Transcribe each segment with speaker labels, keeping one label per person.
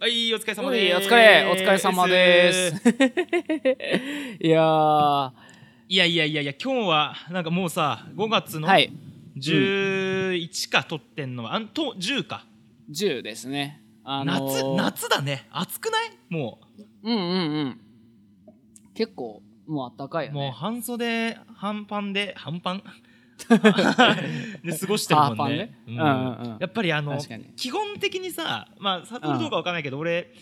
Speaker 1: はい、お疲れ様
Speaker 2: お
Speaker 1: でーす。
Speaker 2: 疲れ、お疲れ様です。。 いやー、
Speaker 1: いやいやいやいや、今日は、なんかもうさ、5月の
Speaker 2: はい、
Speaker 1: 11か撮ってんのは、あんと10か。
Speaker 2: 10ですね。あの
Speaker 1: 夏、
Speaker 2: ー、
Speaker 1: 夏だね。暑くないも、
Speaker 2: うんうんうん。結構、もう暖かいうよ
Speaker 1: もう
Speaker 2: ね。
Speaker 1: 半袖、半パンで、半 パンで過ごしてる
Speaker 2: ハ
Speaker 1: も
Speaker 2: ーパ
Speaker 1: ん
Speaker 2: ン
Speaker 1: ね
Speaker 2: ね。。うんうんうん
Speaker 1: や。っぱりあの
Speaker 2: 確かに、
Speaker 1: 基本的にさ、まあ、サトルどうかわかんないけど、俺、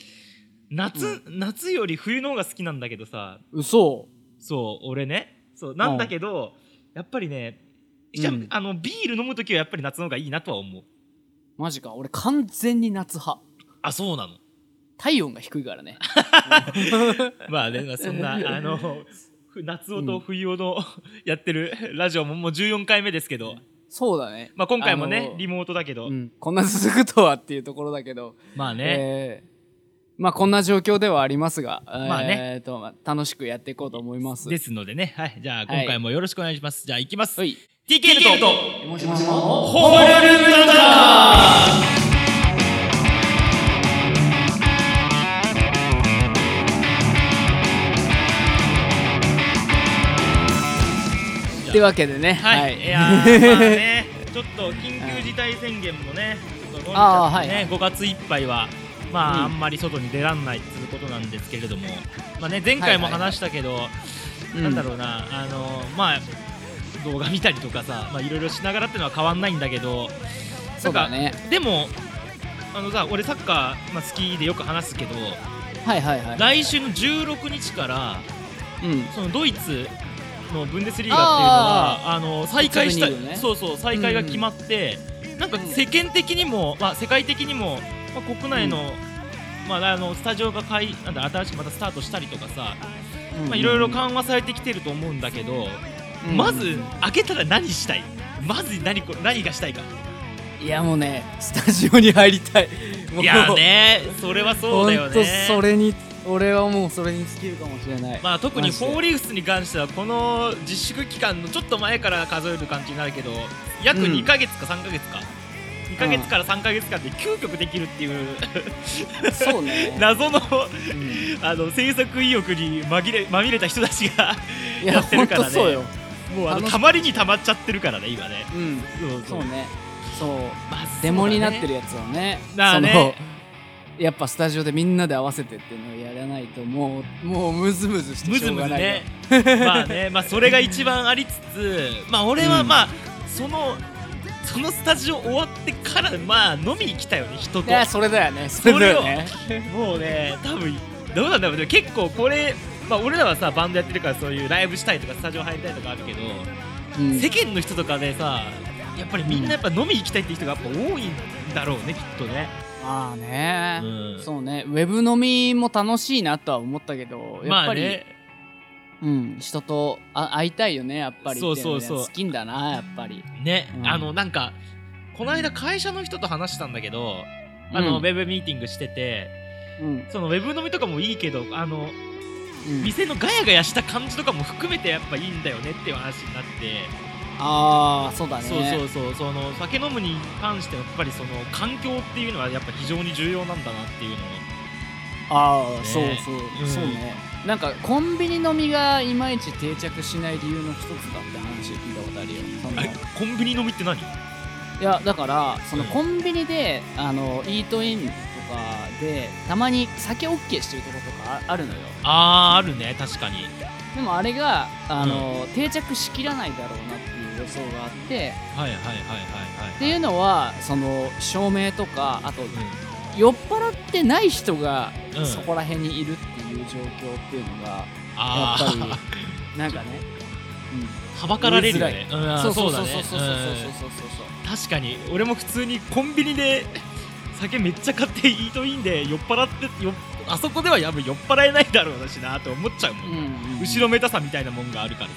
Speaker 1: 夏、夏より冬の方が好きなんだけどさ、
Speaker 2: 嘘
Speaker 1: そう俺ねそうなんだけど、やっぱりねじゃあ,、
Speaker 2: うん
Speaker 1: のビール飲む時はやっぱり夏の方がいいなとは思う
Speaker 2: マジか、俺完全に夏派。
Speaker 1: あそうなの
Speaker 2: 体温が低いか らね。
Speaker 1: まあねまあそん なあのふ夏男と冬男の やってるラジオももう14回目ですけど、
Speaker 2: そうだね。
Speaker 1: まあ、今回もね、
Speaker 2: あのー
Speaker 1: リモートだけど、
Speaker 2: うん、こんな続くとはっていうところだけど、
Speaker 1: まあね、
Speaker 2: えーまあこんな状況ではありますが、
Speaker 1: まあね
Speaker 2: えーとまあ楽しくやっていこうと思います。
Speaker 1: ですのでねはいじゃあ今回もよろしくお願いします、じゃあ行きます、
Speaker 2: はい。
Speaker 1: TKL と
Speaker 2: もしもしも
Speaker 1: ホールルームランダー
Speaker 2: ってわけでね、
Speaker 1: はい、い、やーまあ ねちょっと緊急事態宣言もねちょっと伸びちゃ
Speaker 2: あ
Speaker 1: っ
Speaker 2: ーは
Speaker 1: て
Speaker 2: い
Speaker 1: ね、
Speaker 2: はい
Speaker 1: 5月いっぱいはまあ、
Speaker 2: うん
Speaker 1: あんまり外に出らんないっていうことなんですけれどもまあね前回も
Speaker 2: はいはいはい
Speaker 1: 話したけど、
Speaker 2: うん
Speaker 1: なんだろうなあのまあ動画見たりとかさまあいろいろしながらっていうのは変わんないんだけど
Speaker 2: そうだね
Speaker 1: でもあのさ俺サッカー、まあ、好きでよく話すけど
Speaker 2: はいはいはい
Speaker 1: 来週の16日から
Speaker 2: うん
Speaker 1: そのドイツのブンデスリーガっていうのはあの再開した、
Speaker 2: 一部リーグね
Speaker 1: そうそう再開が決まって、なんか世間的にも、まあ、世界的にも、まあ、国内の,、まあ、あのスタジオがかいなんだ新しくまたスタートしたりとかさまあいろいろ緩和されてきてると思うんだけど、
Speaker 2: うん
Speaker 1: まず開けたら何したいまず何こ何がしたいか
Speaker 2: いやもうねスタジオに入りたいも う
Speaker 1: いやー ねそれはそうだよ
Speaker 2: ほんと
Speaker 1: ね
Speaker 2: それに俺はもうそれに尽きるかもしれない、
Speaker 1: まあ特に
Speaker 2: マジ
Speaker 1: フ
Speaker 2: で
Speaker 1: ォーリーフスに関してはこの自粛期間のちょっと前から数える感じになるけど約
Speaker 2: うん
Speaker 1: 2ヶ月か3ヶ月か、2ヶ月から3ヶ月間で9曲できるっていう
Speaker 2: そうね
Speaker 1: 謎 の
Speaker 2: うん
Speaker 1: あの制作意欲に紛れまみれた人たち が
Speaker 2: いや
Speaker 1: やって
Speaker 2: ほ
Speaker 1: る
Speaker 2: ん
Speaker 1: から
Speaker 2: と
Speaker 1: ね
Speaker 2: そうよ
Speaker 1: もうあの
Speaker 2: 楽した
Speaker 1: まりにたまっちゃってるからね今ね
Speaker 2: うん
Speaker 1: そう
Speaker 2: そうねそう
Speaker 1: まあそうだね
Speaker 2: デモになってるやつをね
Speaker 1: なあ
Speaker 2: その
Speaker 1: ね
Speaker 2: やっぱスタジオでみんなで合わせてっていうのをやらないともうもうムズムズして
Speaker 1: ム
Speaker 2: し
Speaker 1: ズ
Speaker 2: ょう
Speaker 1: ム
Speaker 2: が
Speaker 1: ズ
Speaker 2: ないよ
Speaker 1: ね まあねまあそれが一番ありつ つまあ俺は
Speaker 2: うん
Speaker 1: まあ、そのそのスタジオ終わってからまあ飲みに来たよね人
Speaker 2: い
Speaker 1: と
Speaker 2: やそれだよねそれだよね
Speaker 1: もうね多分どうなんだろうね結構これまあ俺らはさバンドやってるからそういうライブしたいとかスタジオ入りたいとかあるけど、
Speaker 2: うん
Speaker 1: 世間の人とかでさやっぱりみんなやっぱ飲み行きたいっていう人がやっぱ多いんだろうねきっとね、
Speaker 2: まあね、
Speaker 1: うん
Speaker 2: そうねウェブ飲みも楽しいなとは思ったけどや
Speaker 1: ま
Speaker 2: っ
Speaker 1: あ
Speaker 2: ぱり、
Speaker 1: ね
Speaker 2: うん、人とあ会いたいよねやっぱり
Speaker 1: そう
Speaker 2: っていのね
Speaker 1: そうそう
Speaker 2: 好きんだなやっぱり
Speaker 1: ね、
Speaker 2: うん
Speaker 1: あのなんかこの間会社の人と話したんだけどあの、
Speaker 2: うん
Speaker 1: ウェブミーティングしてて
Speaker 2: うん
Speaker 1: そのウェブ飲みとかもいいけどあの
Speaker 2: うん
Speaker 1: 店のガヤガヤした感じとかも含めてやっぱいいんだよねっていう話になって、
Speaker 2: ああそうだね
Speaker 1: そうそうそうその酒飲むに関してはやっぱりその環境っていうのはやっぱ非常に重要なんだなっていうの
Speaker 2: ああ、
Speaker 1: ね
Speaker 2: そうそう、
Speaker 1: うん
Speaker 2: そうねなんかコンビニ飲みがいまいち定着しない理由の一つだって話聞いたことあるよその
Speaker 1: を
Speaker 2: い
Speaker 1: コンビニ飲みって何
Speaker 2: やだからその
Speaker 1: うん
Speaker 2: コンビニで、あのイートインとかでたまに酒 OK してるところとかああるのよ
Speaker 1: あーあるね確かに
Speaker 2: でもあれがあの、定着しきらないだろうなっていう予想があって
Speaker 1: はいはいはいはいはい
Speaker 2: っていうのはその照明とかあと
Speaker 1: う
Speaker 2: 酔っ払ってない人が
Speaker 1: んうん
Speaker 2: そこら辺にいるっていう状況っていうのがや
Speaker 1: あ
Speaker 2: っぱ
Speaker 1: ー
Speaker 2: りなんかね、
Speaker 1: はばかられるよねう
Speaker 2: うんん、
Speaker 1: あ
Speaker 2: そ
Speaker 1: ー
Speaker 2: うそ
Speaker 1: そう
Speaker 2: うそ
Speaker 1: だ
Speaker 2: う
Speaker 1: ね
Speaker 2: そうそうそうそうそう
Speaker 1: うん確かに俺も普通にコンビニで酒めっちゃ買ってイートインで酔っ払ってよあそこではやぶ酔っ払えないだろうなしなと思っちゃうも
Speaker 2: そう、
Speaker 1: ん、
Speaker 2: うんうん、
Speaker 1: 後ろめたさみたいなもんがあるからさ、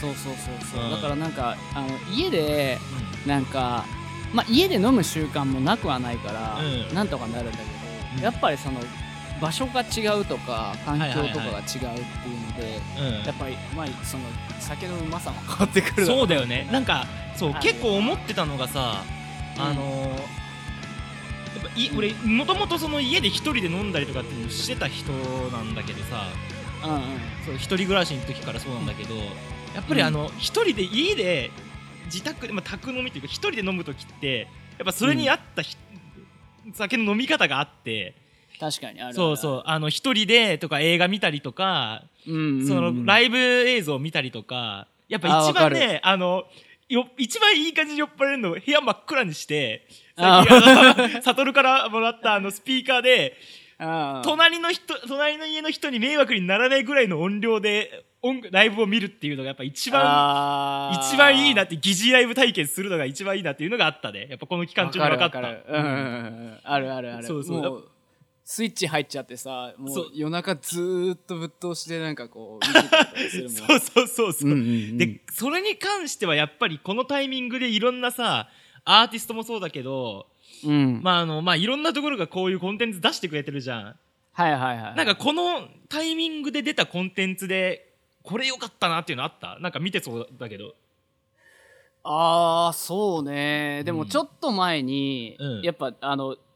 Speaker 2: そうそうそうそう、
Speaker 1: うん
Speaker 2: だからなんかあの家でなんかまあ家で飲む習慣もなくはないから、
Speaker 1: うん
Speaker 2: なんとかなるんだけど、
Speaker 1: うん
Speaker 2: やっぱりその場所が違うとか環境とかが違うっていうので、
Speaker 1: うん
Speaker 2: やっぱりまあその酒のうまさも変わってくる
Speaker 1: そうだよねなんかそう
Speaker 2: はい
Speaker 1: 結構思ってたのがさ
Speaker 2: うん
Speaker 1: あのーやっぱい俺もともとその家で一人で飲んだりとかっていうのしてた人なんだけどさ
Speaker 2: うんうん
Speaker 1: そう一人暮らしの時からそうなんだけど、やっぱりあの一人で家で自宅で、まあ、宅飲みというか一人で飲む時ってやっぱそれに合ったひ、酒の飲み方があって
Speaker 2: 確かにある
Speaker 1: そうそうあの一人でとか映画見たりとか
Speaker 2: う、うんうんうん、
Speaker 1: そのライブ映像を見たりとかやっぱ
Speaker 2: あー
Speaker 1: 一番ねあのよ一番いい感じに酔っ払えるの部屋真っ暗にしてさっきあの悟からもらったあのスピーカーで
Speaker 2: あー
Speaker 1: 隣の人隣の家の人に迷惑にならないぐらいの音量で音ライブを見るっていうのがやっぱ一番
Speaker 2: あー
Speaker 1: 一番いいなって疑似ライブ体験するのが一番いいなっていうのがあったねやっぱこの期間中に分かった
Speaker 2: わるわかるうんうんうんうんあるあるある
Speaker 1: そうそう
Speaker 2: もうスイッチ入っちゃってさも
Speaker 1: そう
Speaker 2: う夜中ずーっとぶっ通しでなんかこう見てたりとかするも ん
Speaker 1: そうそうそうそう、
Speaker 2: うんうんうん
Speaker 1: でそれに関してはやっぱりこのタイミングでいろんなさアーティストもそうだけど
Speaker 2: うん
Speaker 1: まああのまあいろんなところがこういうコンテンツ出してくれてるじゃん
Speaker 2: はいはいはい
Speaker 1: なんかこのタイミングで出たコンテンツでこれ良かったなっていうのあったなんか見てそうだけど
Speaker 2: ああそうねで
Speaker 1: う
Speaker 2: も
Speaker 1: ん
Speaker 2: ちょっと前に、
Speaker 1: うん
Speaker 2: やっぱあの「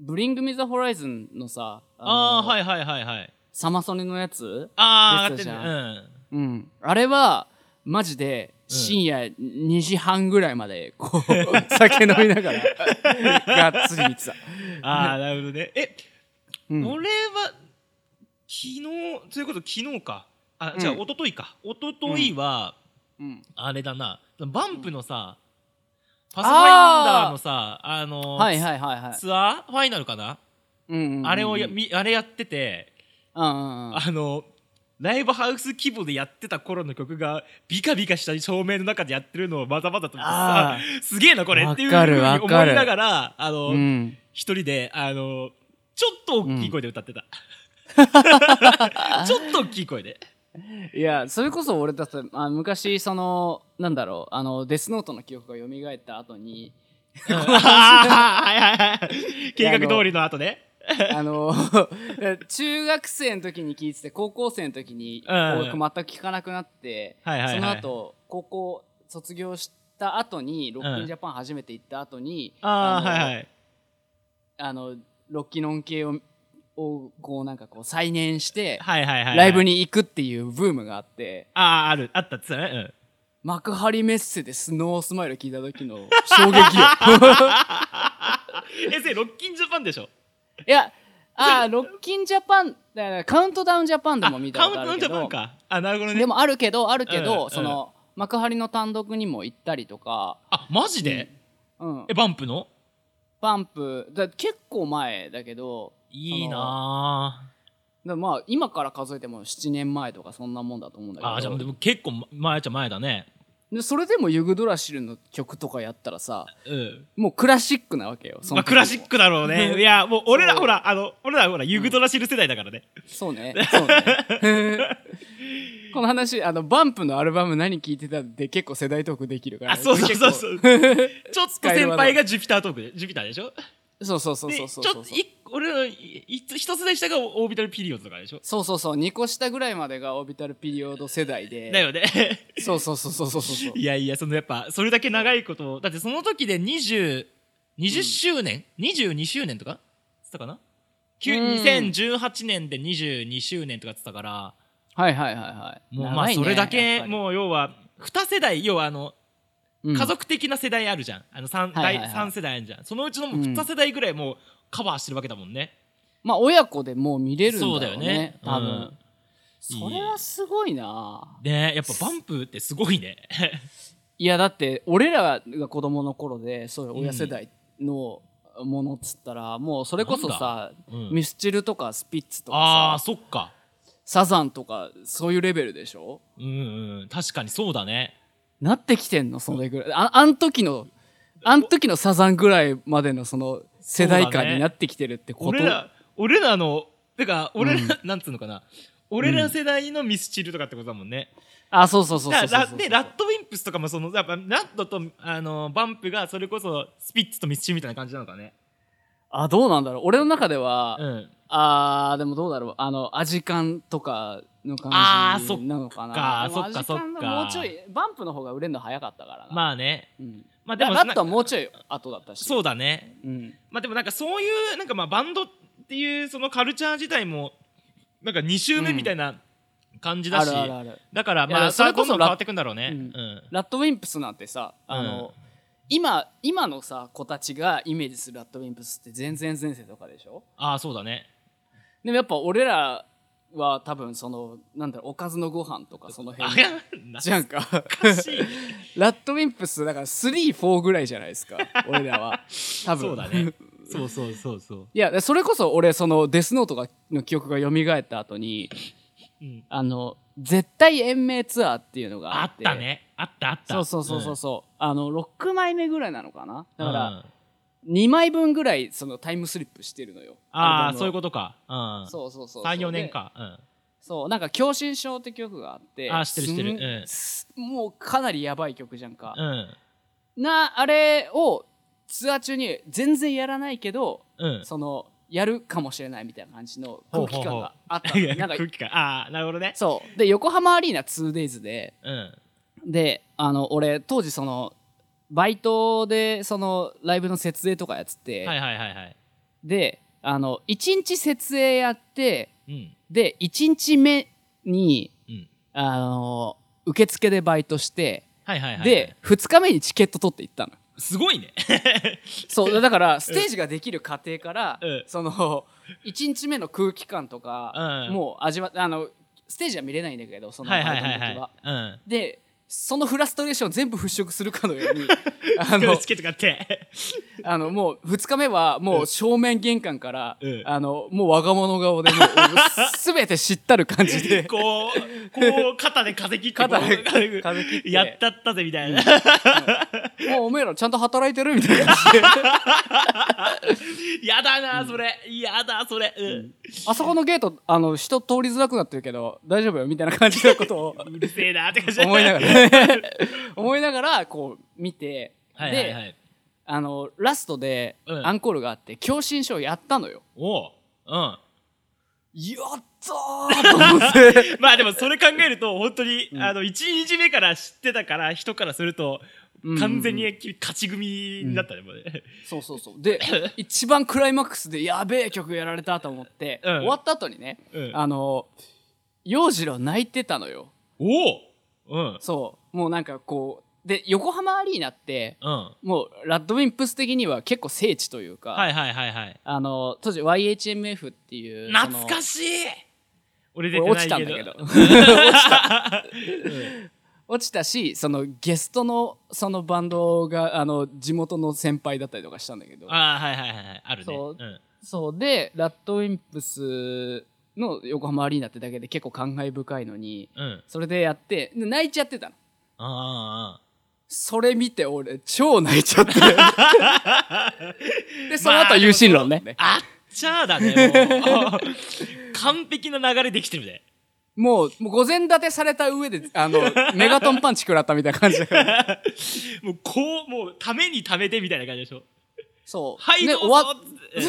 Speaker 2: ブリング・ミ・ザ・ホライズン」のさ
Speaker 1: ああー
Speaker 2: い、
Speaker 1: はいはいはいはい
Speaker 2: サマソニのやつ、
Speaker 1: ああ上がっ
Speaker 2: で
Speaker 1: て
Speaker 2: す
Speaker 1: る
Speaker 2: よ
Speaker 1: ね
Speaker 2: ね
Speaker 1: うん
Speaker 2: うん、あれはマジで
Speaker 1: うん
Speaker 2: 深夜2時半ぐらいまでこう、酒飲みな がらがっつり見てた、
Speaker 1: あ あなるほどねえ、
Speaker 2: うん
Speaker 1: 俺は昨日それこそ昨日かあ
Speaker 2: うん
Speaker 1: じゃあ一昨日か一昨日は、
Speaker 2: うん
Speaker 1: あれだなバンプのさ、パスファインダーのさあの、
Speaker 2: はいはいはいはい、
Speaker 1: ツアーファイナルかな、
Speaker 2: うんうんうん
Speaker 1: あれをや
Speaker 2: うん
Speaker 1: みあれやってて、
Speaker 2: うんうん
Speaker 1: あのライブハウス規模でやってた頃の曲がビカビカした照明の中でやってるのをまざまざと見てさ
Speaker 2: あ
Speaker 1: すげえなこれっていうふ
Speaker 2: わか
Speaker 1: うに
Speaker 2: るわ
Speaker 1: 思い
Speaker 2: かる
Speaker 1: ながらあの、
Speaker 2: うん
Speaker 1: 一人であのちょっと大きい声で歌ってた、 ちょっと大きい声で
Speaker 2: いやそれこそ俺だってあ昔そのなんだろうあのデスノートの記憶が蘇った 後に
Speaker 1: あーはいはいはい計画通りの後ね
Speaker 2: あの 中学生の時に聞いてて高校生の時に
Speaker 1: うんうん
Speaker 2: 俺全く聞かなくなって、
Speaker 1: はいはいはい
Speaker 2: その後高校卒業した後にロッキンジャパン初めて行った後に、
Speaker 1: ああ
Speaker 2: の
Speaker 1: はいはい
Speaker 2: あのロッキノン系ををこうなんかこう再燃して、
Speaker 1: はいはいはい
Speaker 2: ライブに行くっていうブームがあって
Speaker 1: あああるあったっつうねうん
Speaker 2: 幕張メッセでスノースマイル聞いた時の衝撃よ。
Speaker 1: えそれロッキンジャパンでしょ
Speaker 2: いや、あーロッキンジャパン、だからカウントダウンジャパンで
Speaker 1: あ
Speaker 2: も見た
Speaker 1: カウ
Speaker 2: こ
Speaker 1: ン
Speaker 2: と
Speaker 1: トダ
Speaker 2: あ
Speaker 1: ウンジャパ
Speaker 2: るけ
Speaker 1: ン
Speaker 2: ど、
Speaker 1: かあなるほどね
Speaker 2: でもあるけど、あるけ
Speaker 1: うんう
Speaker 2: ど、
Speaker 1: ん
Speaker 2: その、幕張の単独にも行ったりとか、
Speaker 1: あマジで、
Speaker 2: うん
Speaker 1: え、バンプの
Speaker 2: バンプ、だ結構前だけど、
Speaker 1: いいな
Speaker 2: でまあ、今から数えても7年前とかそんなもんだと思うんだ
Speaker 1: ああ
Speaker 2: け
Speaker 1: じゃあで
Speaker 2: ど、
Speaker 1: も結構前っちゃ前だね
Speaker 2: でそれでもユグドラシルの曲とかやったらさ、
Speaker 1: うん
Speaker 2: もうクラシックなわけよ。そ
Speaker 1: ま
Speaker 2: の
Speaker 1: あクラシックだろうねいやもう俺ら
Speaker 2: そう
Speaker 1: ほらあの俺らほらユグドラシル世代だからね、
Speaker 2: そう ね。そうね。この話、あの、バンプのアルバム何聴いてたって結構世代トークできるから。
Speaker 1: あそうそうそうそうちょっと
Speaker 2: 使え
Speaker 1: 先
Speaker 2: る技
Speaker 1: 輩がジュピタートークでジュピターでしょ
Speaker 2: そうそうそう
Speaker 1: でち
Speaker 2: そ
Speaker 1: ょ
Speaker 2: う
Speaker 1: っ
Speaker 2: そ
Speaker 1: と
Speaker 2: うそう
Speaker 1: い俺のいいつ一つで下がオービタルピリオドとかでしょ
Speaker 2: そうそうそう2個下ぐらいまでがオービタルピリオド世代で
Speaker 1: だよね
Speaker 2: そうそうそうそうそうそう
Speaker 1: いやいやそのやっぱそれだけ長いことだってその時で2020周年、22周年とかつったかなきゅ
Speaker 2: うん
Speaker 1: 2018年で22周年とかつったから
Speaker 2: はいはいはいはい
Speaker 1: もうまあそれだけ
Speaker 2: う、
Speaker 1: もう要は2世代要はあの
Speaker 2: うん
Speaker 1: 家族的な世代あるじゃんあの 3,
Speaker 2: はいはい
Speaker 1: 第
Speaker 2: はい
Speaker 1: 三世代あるじゃんそのうちの
Speaker 2: うん
Speaker 1: 2世代ぐらいもうカバーしてるわけだもんね、
Speaker 2: まあ親子でもう見れるんだろ
Speaker 1: そ
Speaker 2: うね
Speaker 1: うだよね
Speaker 2: 多分、
Speaker 1: うん
Speaker 2: それはすごいな
Speaker 1: ねやっぱバンプってすごいね
Speaker 2: いやだって俺らが子供の頃でそういう親世代のものっつったら、もうそれこそさ、
Speaker 1: うん
Speaker 2: ミスチルとかスピッツと
Speaker 1: あ
Speaker 2: か
Speaker 1: あ
Speaker 2: さ
Speaker 1: そっか
Speaker 2: サザンとかそういうレベルでしょ
Speaker 1: うんうん確かにそうだね
Speaker 2: なってきてんのそれぐらいああん時のあん時のサザンぐらいまでのその世代
Speaker 1: そうだ
Speaker 2: 間
Speaker 1: ね
Speaker 2: になってきてるってこと、
Speaker 1: 俺ら俺らのてか俺ら、なんつうのかな俺ら世代のミスチルとかってことだもんね、
Speaker 2: あそうそうそうそ
Speaker 1: だ
Speaker 2: うそう
Speaker 1: から
Speaker 2: そう
Speaker 1: ラでラッドウィンプスとかもそのやっぱラッドとあのバンプがそれこそスピッツとミスチルみたいな感じなのかね
Speaker 2: あどうなんだろう俺の中では、
Speaker 1: うん
Speaker 2: あーでもどうだろうあのアジカンとかの
Speaker 1: あ
Speaker 2: 感
Speaker 1: ーそっ
Speaker 2: じ
Speaker 1: か
Speaker 2: なのかな
Speaker 1: そっか
Speaker 2: でもアジカンの
Speaker 1: そっか
Speaker 2: もうちょいバンプの方が売れるの早かったからな、
Speaker 1: まあね
Speaker 2: うん
Speaker 1: まあで
Speaker 2: でも
Speaker 1: も
Speaker 2: ラ
Speaker 1: な
Speaker 2: ットはもうちょい後だったし
Speaker 1: そうだね
Speaker 2: うん、
Speaker 1: まあでもなんかそういうなんかまあバンドっていうそのカルチャー自体もなんか2周目みたいな感じだ
Speaker 2: あ
Speaker 1: し、
Speaker 2: るあるある
Speaker 1: だから
Speaker 2: い
Speaker 1: ま
Speaker 2: や
Speaker 1: あ
Speaker 2: そ
Speaker 1: そ
Speaker 2: れ
Speaker 1: れ
Speaker 2: こ
Speaker 1: こ
Speaker 2: そ
Speaker 1: そ
Speaker 2: ラ
Speaker 1: 変わってくんだろうね、
Speaker 2: う
Speaker 1: うんん
Speaker 2: ラッドウィンプスなんてさあの、今今のさ子たちがイメージするラッドウィンプスって全然前世とかでしょ
Speaker 1: ああそうだね
Speaker 2: でもやっぱ俺らは多分そのなんだろうおかずのご飯とかその
Speaker 1: あ
Speaker 2: 辺じ
Speaker 1: 懐
Speaker 2: ゃんか
Speaker 1: かしい
Speaker 2: ラッドウィンプスだから34ぐらいじゃないです か俺らは多分
Speaker 1: そうだねそうそうそうそう
Speaker 2: いやそれこそ俺そのデスノートがの記憶が蘇った後に、
Speaker 1: うん
Speaker 2: あの絶対延命ツアーっていうのがあ
Speaker 1: あっ
Speaker 2: っ
Speaker 1: てたねあったあった
Speaker 2: そうそうそうそうそう、あの6枚目ぐらいなのかなだ
Speaker 1: ん
Speaker 2: から
Speaker 1: うん
Speaker 2: 2枚分ぐらいそのタイムスリップしてるのよ
Speaker 1: ああそういう
Speaker 2: と
Speaker 1: ことかうん
Speaker 2: そうそうそう
Speaker 1: 34年かうん
Speaker 2: そうなんか狭心症って曲があって
Speaker 1: あー知ってる知ってる
Speaker 2: すん
Speaker 1: うん
Speaker 2: すもうかなりやばい曲じゃんか、
Speaker 1: うん
Speaker 2: なあれをツアー中に全然やらないけど
Speaker 1: うん
Speaker 2: そのやるかもしれないみたいな感じの空気感があったの
Speaker 1: なん
Speaker 2: な
Speaker 1: か
Speaker 2: んか
Speaker 1: 空気感ああなるほどね
Speaker 2: そうで横浜アリーナ 2days で
Speaker 1: うん
Speaker 2: であの俺当時そのバイトでそのライブの設営とかやってて、
Speaker 1: はいはいはいはい
Speaker 2: であの1日設営やって
Speaker 1: うん
Speaker 2: で1日目に
Speaker 1: うん
Speaker 2: あの受付でバイトして、
Speaker 1: はいはいはい
Speaker 2: で2日目にチケット取って行ったの
Speaker 1: すごいね
Speaker 2: そうだからステージができる過程から、
Speaker 1: うん
Speaker 2: その1日目の空気感とか、
Speaker 1: うん
Speaker 2: もう味わってあのステージは見れないんだけどそのバ
Speaker 1: は
Speaker 2: イ
Speaker 1: い
Speaker 2: ト
Speaker 1: は
Speaker 2: の
Speaker 1: い
Speaker 2: 時は、
Speaker 1: はいはいうん
Speaker 2: でそのフラストレーション全部払拭するかのように あ
Speaker 1: あの
Speaker 2: の
Speaker 1: チケット買って
Speaker 2: あのもう2日目はもう正面玄関から、
Speaker 1: うん
Speaker 2: あのもう我が物顔でもう 全て知ったる感じで
Speaker 1: こ うこう肩で風切って
Speaker 2: 肩で
Speaker 1: こう
Speaker 2: 風切っ て
Speaker 1: やったったぜみたいな
Speaker 2: もうおめえらちゃんと働いてるみ たいな感じで
Speaker 1: やだなそれやだそれうん
Speaker 2: あそこのゲートあの人通りづらくなってるけど大丈夫よみたいな感じのことを
Speaker 1: うるせえなって 感じ
Speaker 2: 思いながら思いながらこう見て、
Speaker 1: はいはいは
Speaker 2: で
Speaker 1: い
Speaker 2: あのラストで
Speaker 1: うん
Speaker 2: アンコールがあって狭心症やったのよ。
Speaker 1: おううん
Speaker 2: やったーと思って
Speaker 1: まあでもそれ考えると本当に、あの1日目から知ってたから人からすると
Speaker 2: うん
Speaker 1: 完全にき勝ち組だったね、もうね
Speaker 2: そうそうそうで一番クライマックスでやべえ曲やられたと思って、
Speaker 1: うん
Speaker 2: 終わった後にね、
Speaker 1: うん
Speaker 2: あの洋次郎泣いてたのよ
Speaker 1: おおうん
Speaker 2: そうもうなんかこうで横浜アリーナって
Speaker 1: うんは
Speaker 2: もうラッドウィンプス的には結構聖地というか、
Speaker 1: いはいはいはい
Speaker 2: あの当時 YHMF っていう
Speaker 1: 懐か
Speaker 2: し
Speaker 1: しい俺出
Speaker 2: い
Speaker 1: て
Speaker 2: 落
Speaker 1: な
Speaker 2: ち
Speaker 1: い
Speaker 2: たん
Speaker 1: け
Speaker 2: だ
Speaker 1: ど
Speaker 2: けど落ちた、落ちたしそのゲストのそのバンドがあの地元の先輩だったりとかしたんだけど
Speaker 1: ああはいはいはいはいあるね
Speaker 2: そう
Speaker 1: うん
Speaker 2: そうでラッドウィンプスの横浜アリーナってだけで結構感慨深いのに
Speaker 1: うん
Speaker 2: それでやってで泣いちゃってたの
Speaker 1: あ
Speaker 2: それ見て俺超泣いちゃって でその後有心論ね、
Speaker 1: あああああっちゃーだねもう 完璧な流れできてるね
Speaker 2: もうもう午前立てされた上であのメガトンパンチ食らったみたいな感じ だから
Speaker 1: もうこうもうためにためてみたいな感じでしょ
Speaker 2: そう
Speaker 1: はい
Speaker 2: で
Speaker 1: どう
Speaker 2: 終
Speaker 1: ぞ
Speaker 2: わっ
Speaker 1: う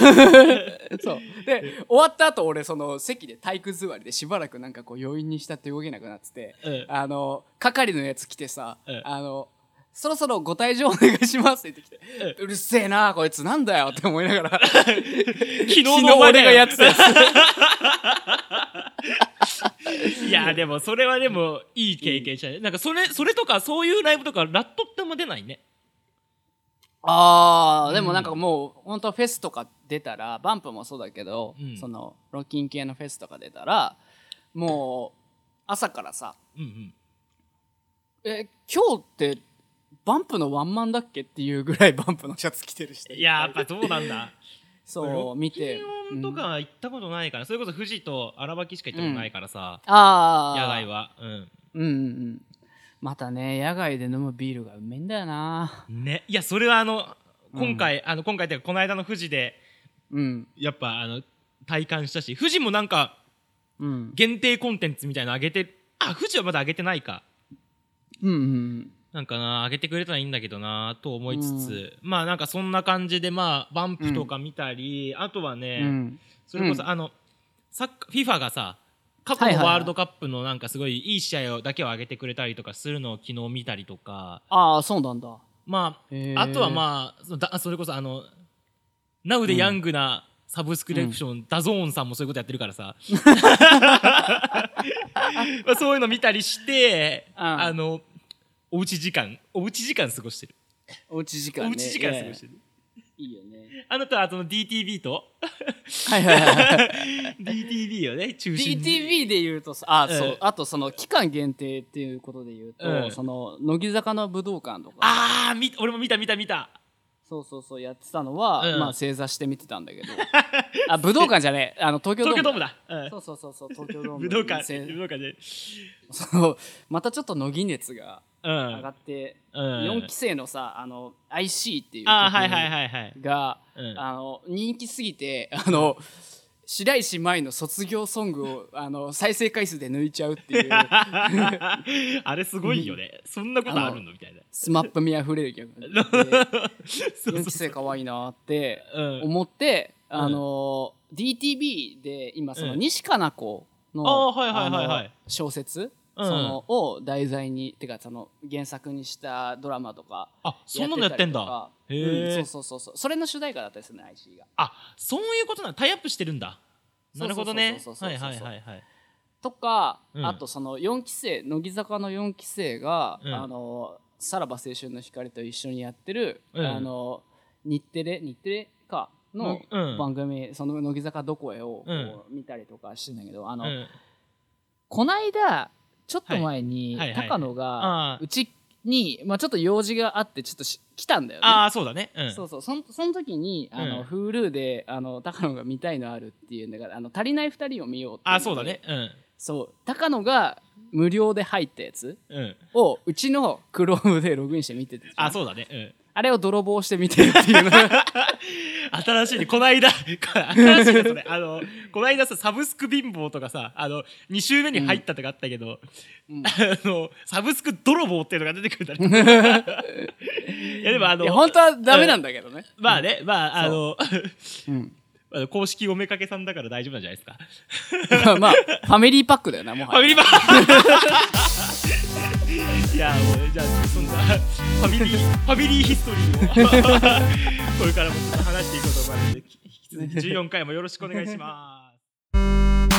Speaker 1: ん
Speaker 2: そうで終わった後俺その席で体育座りでしばらくなんかこう余韻にしたって動けなくなってて、
Speaker 1: うん
Speaker 2: あの係のやつ来てさ、
Speaker 1: うん
Speaker 2: あのそろそろご退場お願いしますって言ってきて、うるせえなこいつなんだよって思いながら昨
Speaker 1: 昨日の
Speaker 2: 日俺がやってたやつ
Speaker 1: いやでもそれはでもいい経験したね、なんかそれそれとかそういうライブとかラットってあんま出ないね
Speaker 2: あーでもなんかもう本当フェスとか出たらバンプもそうだけど、
Speaker 1: うん
Speaker 2: そのロッキン系のフェスとか出たらもう朝からさ
Speaker 1: うんうん
Speaker 2: え今日ってバンプのワンマンだっけっていうぐらいバンプのシャツ着てる人
Speaker 1: いややっぱそうなんだ
Speaker 2: そう見て
Speaker 1: ロッキンオンと
Speaker 2: うん
Speaker 1: か行ったことないから、それこそ富士と荒牧しか行ったことないからさ、
Speaker 2: ああ
Speaker 1: 野外はう
Speaker 2: うんうんうんまたね野外で飲むビールがうめえんだよなん
Speaker 1: ねいやそれはあの今回、あの今回っていうかこの間の富士で
Speaker 2: うん
Speaker 1: やっぱあの体感したし富士もなんか
Speaker 2: うん
Speaker 1: 限定コンテンツみたいなの上げてあ富士はまだ上げてないか
Speaker 2: うんうん
Speaker 1: なんかな上げてくれたらいいんだけどなと思いつつ、まあなんかそんな感じでまあバンプとか見たり、あとは
Speaker 2: う
Speaker 1: ね、
Speaker 2: ん
Speaker 1: それこ
Speaker 2: う
Speaker 1: そあのサッカー FIFA がさ過去
Speaker 2: はいはいは
Speaker 1: の
Speaker 2: い
Speaker 1: ワールドカップのなんかすごいいい試合をだけを上げてくれたりとかするのを昨日見たりとか、
Speaker 2: ああそうなんだ
Speaker 1: ま
Speaker 2: へー
Speaker 1: ああとはまあそのだそれこそあの Now でヤングなサブスクリプション、ダゾーンさんもそういうことやってるから さまあそういうの見たりして、
Speaker 2: うん
Speaker 1: あのおうち時間おうち時間過ごしてる、
Speaker 2: おうち時間ね
Speaker 1: おうち時間過ごして
Speaker 2: い
Speaker 1: る
Speaker 2: やいいよね
Speaker 1: あなたはその DTV と
Speaker 2: はいはいはい はい
Speaker 1: DTV をね中心に
Speaker 2: DTV で言うとさあ、
Speaker 1: ええ
Speaker 2: そうあとその期間限定っていうことで言うと、
Speaker 1: ええ
Speaker 2: その乃木坂の武道館とか
Speaker 1: ああみ俺も見た見た見た
Speaker 2: そうそうそうやってたのは、
Speaker 1: うん
Speaker 2: まあ正座して見てたんだけど あ武道館じゃねえあの東京ドー
Speaker 1: 東京
Speaker 2: ム
Speaker 1: ドームだ、うん
Speaker 2: そうそうそうそう東京ドーム
Speaker 1: 武道館
Speaker 2: せ
Speaker 1: 武道館で
Speaker 2: そうまたちょっと乃木熱が
Speaker 1: う
Speaker 2: 上が
Speaker 1: ん
Speaker 2: って、
Speaker 1: うん
Speaker 2: 四4期生のさあの IC っていう曲
Speaker 1: ああはいはいはいはい
Speaker 2: が、
Speaker 1: うん
Speaker 2: あの人気すぎてあの白石麻衣の卒業ソングをあの再生回数で抜いちゃうっていう
Speaker 1: あれすごいよね。そんなことあるのみたいな。
Speaker 2: スマップ味あふれる曲 で
Speaker 1: そうそう
Speaker 2: 4期生可愛いなって
Speaker 1: うん
Speaker 2: 思って、
Speaker 1: ん
Speaker 2: あの DTV で今その
Speaker 1: うん
Speaker 2: 西加奈子の,、
Speaker 1: あーはいはいはいはい
Speaker 2: あの小説、
Speaker 1: うん
Speaker 2: そのを題材にてかその原作にしたドラマとか
Speaker 1: あ、そんなのやってんだ。
Speaker 2: やってたりとか
Speaker 1: へえ
Speaker 2: うんそうそうそうそうそれの主題歌だったりするね IC が
Speaker 1: あ、そういうことなの。タイアップしてるんだ。
Speaker 2: そ
Speaker 1: な
Speaker 2: う
Speaker 1: る
Speaker 2: そう
Speaker 1: ほど
Speaker 2: そうそう
Speaker 1: ね。
Speaker 2: そうそう
Speaker 1: は
Speaker 2: そう
Speaker 1: い
Speaker 2: そう
Speaker 1: はいはいはい。
Speaker 2: とか、
Speaker 1: うん
Speaker 2: あとその4期生乃木坂の4期生が、
Speaker 1: うん
Speaker 2: あのさらば青春の光と一緒にやってる、
Speaker 1: うん
Speaker 2: あの日テレ日テレかの
Speaker 1: うん
Speaker 2: 番組、その乃木坂どこへをこう
Speaker 1: うん
Speaker 2: 見たりとかしてんだけど、あ
Speaker 1: う
Speaker 2: の、
Speaker 1: ん
Speaker 2: こないだちょっと前に、
Speaker 1: はいはいはい
Speaker 2: 高野が
Speaker 1: あー
Speaker 2: うちに、まあ、ちょっと用事があってちょっとし来たんだよね。
Speaker 1: ああ、そうだね。う。
Speaker 2: そうんそうそんその時にあの、
Speaker 1: うん
Speaker 2: Hulu であの高野が見たいのあるっていうんだからあの足りない2人を見ようっていので
Speaker 1: あ、そうだね。うん。
Speaker 2: そう高野が無料で入ったやつ
Speaker 1: うん。
Speaker 2: をうちの Chrome でログインして見てて
Speaker 1: あ、そうだね。うん。
Speaker 2: あれを泥棒して見てるってい うの
Speaker 1: 新しいね。こないだ、新しいね、それ。あの、こないださ、サブスク貧乏とかさ、あの、2週目に入ったとかあったけど、
Speaker 2: うん
Speaker 1: あの、サブスク泥棒っていうのが出てくるんだね。 いや、でもあ
Speaker 2: い
Speaker 1: の
Speaker 2: や、本当はダメなんだけどね、
Speaker 1: まあね、まあ、あの、
Speaker 2: うん、
Speaker 1: あの公式おめかけさんだから大丈夫なんじゃないですか。
Speaker 2: まあまあファミリーパックだよなも
Speaker 1: ファ
Speaker 2: は
Speaker 1: ミリ
Speaker 2: や
Speaker 1: ー パーいや、もう、じゃあ、そんな、ファミリー、ファミリーヒストリーを、これからもちょっと話していこうと思いますので、き引き続き14回もよろしくお願いします。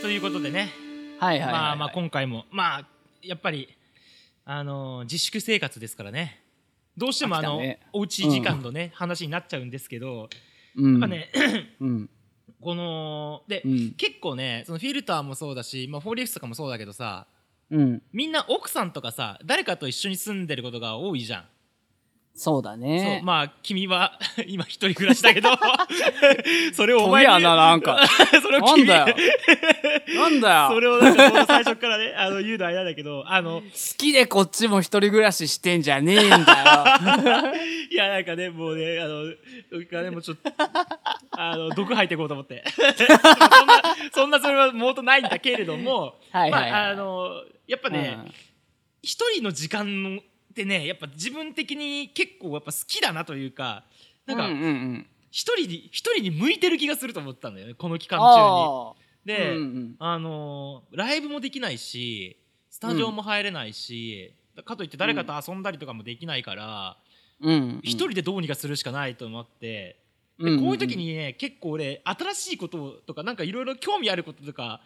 Speaker 1: ということでね、
Speaker 2: はいはいはい、
Speaker 1: まあまあ今回もまあやっぱりあのー自粛生活ですからねどうしても
Speaker 2: 飽
Speaker 1: あ
Speaker 2: きた
Speaker 1: の、
Speaker 2: ね
Speaker 1: おうち時間のね、話になっちゃうんですけど
Speaker 2: うん、
Speaker 1: やっぱね、
Speaker 2: うん
Speaker 1: こので、
Speaker 2: うん
Speaker 1: 結構ねそのフィルターもそうだし、まあ、フォーリーフスとかもそうだけどさ
Speaker 2: うん
Speaker 1: みんな奥さんとかさ誰かと一緒に住んでることが多いじゃん。
Speaker 2: そうだ
Speaker 1: そう
Speaker 2: ね
Speaker 1: まあ君は 今一人暮らし だけどそれをお前
Speaker 2: 飛び穴なんか
Speaker 1: それを
Speaker 2: なん
Speaker 1: 君
Speaker 2: だよ なんだ
Speaker 1: そ
Speaker 2: よ
Speaker 1: れをなんかこう最初からねあの言うのは嫌だけどあの
Speaker 2: 好きでこっちも一人暮らししてんじゃねえんだよ
Speaker 1: いや、なんかね、もうね、あの、僕はね、もうちょっと、あの、毒吐いていこうと思って。そんな、そんなそれはもとないんだけれども、
Speaker 2: はいはいはい
Speaker 1: まあ、あの、やっぱ ね、一、人の時間のってね、やっぱ自分的に結構やっぱ好きだなというか、
Speaker 2: う
Speaker 1: なんんか、
Speaker 2: うんうんうん
Speaker 1: 一人に、一人に向いてる気がすると思ったんだよね、この期間中
Speaker 2: あ
Speaker 1: に。で、
Speaker 2: うんうん
Speaker 1: あの、ライブもできないし、スタジオも入れないし、かといって誰かと遊んだりとかもできないから、
Speaker 2: ーうん
Speaker 1: 一人でどうにかするしかないと思って、
Speaker 2: う
Speaker 1: で
Speaker 2: ん
Speaker 1: こういう時にね結構俺新しいこととかなんかいろいろ興味あることとか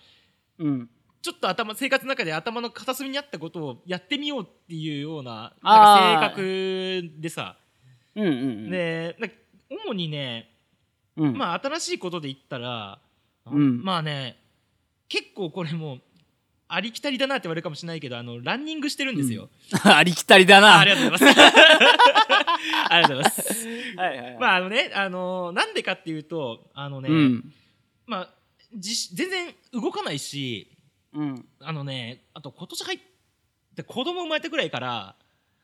Speaker 2: うん
Speaker 1: ちょっと頭生活の中で頭の片隅にあったことをやってみようっていうような
Speaker 2: あー
Speaker 1: なんか性格でさ、
Speaker 2: うんうんうん
Speaker 1: でなんか主にね、
Speaker 2: うん
Speaker 1: まあ新しいことで言ったら、
Speaker 2: うん
Speaker 1: まあね結構これもうありきたりだなって言われるかもしれないけどあのランニングしてるんですよ、
Speaker 2: ありきたりだな。
Speaker 1: あありがとうご ざいますありがとうございます
Speaker 2: はいはいはい
Speaker 1: まああのね、あのーなんでかっていうとあのね、
Speaker 2: うん。
Speaker 1: まあ自し全然動かないし
Speaker 2: うん。
Speaker 1: あのねあと今年入って子供生まれてくらいから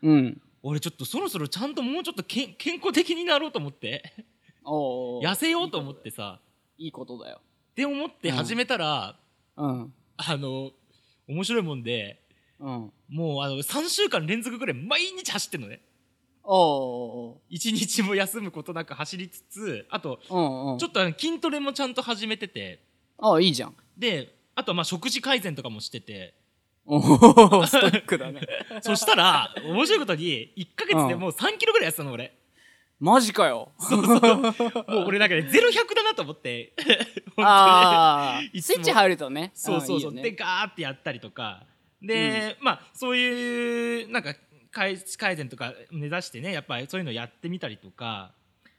Speaker 2: うん。
Speaker 1: 俺ちょっとそろそろちゃんともうちょっとけん健康的になろうと思って
Speaker 2: おうおう
Speaker 1: 痩せようと思ってさ
Speaker 2: いいことだよ。
Speaker 1: って思って始めたら、
Speaker 2: うん。
Speaker 1: あの面白いもんで
Speaker 2: うん。
Speaker 1: もうあの3週間連続ぐらい毎日走ってんのね
Speaker 2: おう
Speaker 1: 一日も休むことなく走りつつあと
Speaker 2: おうおううんうん
Speaker 1: ちょっとあの筋トレもちゃんと始めてて
Speaker 2: ああいいじゃん
Speaker 1: であとはまあ食事改善とかもしてて
Speaker 2: おおストック だね
Speaker 1: そしたら面白いことに1ヶ月でもう3キロぐらい痩せたの俺
Speaker 2: マジかよ
Speaker 1: そうそうもう俺なんかねゼロ100だなと思って本当に
Speaker 2: ああ
Speaker 1: いつ
Speaker 2: ス
Speaker 1: も
Speaker 2: イッチ入るとね
Speaker 1: そうそうそう
Speaker 2: ああいいよ
Speaker 1: で
Speaker 2: ね、
Speaker 1: ガーってやったりとかで、まあそういうなんか改改善とか目指してねやっぱりそういうのやってみたりとか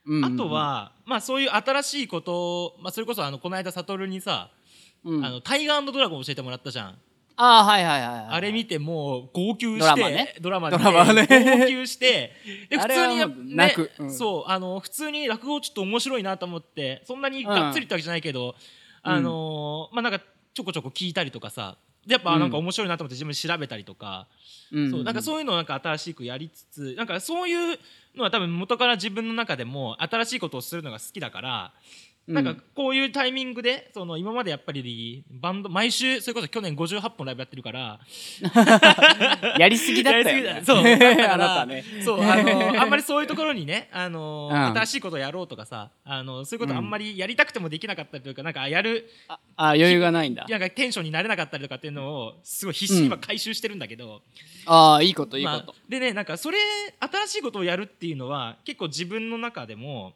Speaker 2: うんう
Speaker 1: あ
Speaker 2: ん
Speaker 1: と、は、まあ、そういう新しいことを、まあ、それこそあのこの間悟にさ、
Speaker 2: うん、
Speaker 1: あ
Speaker 2: あ
Speaker 1: のタイガードラゴン教えてもらったじゃん、
Speaker 2: あーはいはいはい、はい、
Speaker 1: あれ見てもう号泣して
Speaker 2: ドラマね
Speaker 1: ドラマ
Speaker 2: ドラマね
Speaker 1: で号泣して で
Speaker 2: あ
Speaker 1: 普
Speaker 2: れは
Speaker 1: 通にやっ
Speaker 2: もう泣くうん
Speaker 1: そうあの普通に落語ちょっと面白いなと思ってそんなにがっつりってわけじゃないけど、あのーまあなんかちょこちょこ聞いたりとかさでやっぱ
Speaker 2: うん
Speaker 1: なんか面白いなと思って自分で調べたりとか、
Speaker 2: うん
Speaker 1: そうなんかそういうのをなんか新しくやりつつなんかそういうのは多分元から自分の中でも新しいことをするのが好きだから、
Speaker 2: うん
Speaker 1: なんかこういうタイミングでその今までやっぱりバンド毎週それこそ去年58本ライブやってるから
Speaker 2: やりすぎだったよ、
Speaker 1: や
Speaker 2: ね
Speaker 1: り、すぎだ そう
Speaker 2: あなたね
Speaker 1: そうあのあんまりそういうところにねあの、
Speaker 2: うん
Speaker 1: 新しいことやろうとかさあのそういうことあんまりやりたくてもできなかったりというか、なんかやる
Speaker 2: ああ余裕がないんだ
Speaker 1: なんかテンションになれなかったりとかっていうのをすごい必死に今回収してるんだけど。
Speaker 2: ああいいこといいこ
Speaker 1: ま
Speaker 2: と
Speaker 1: あ、でねなんかそれ新しいことをやるっていうのは結構自分の中でも、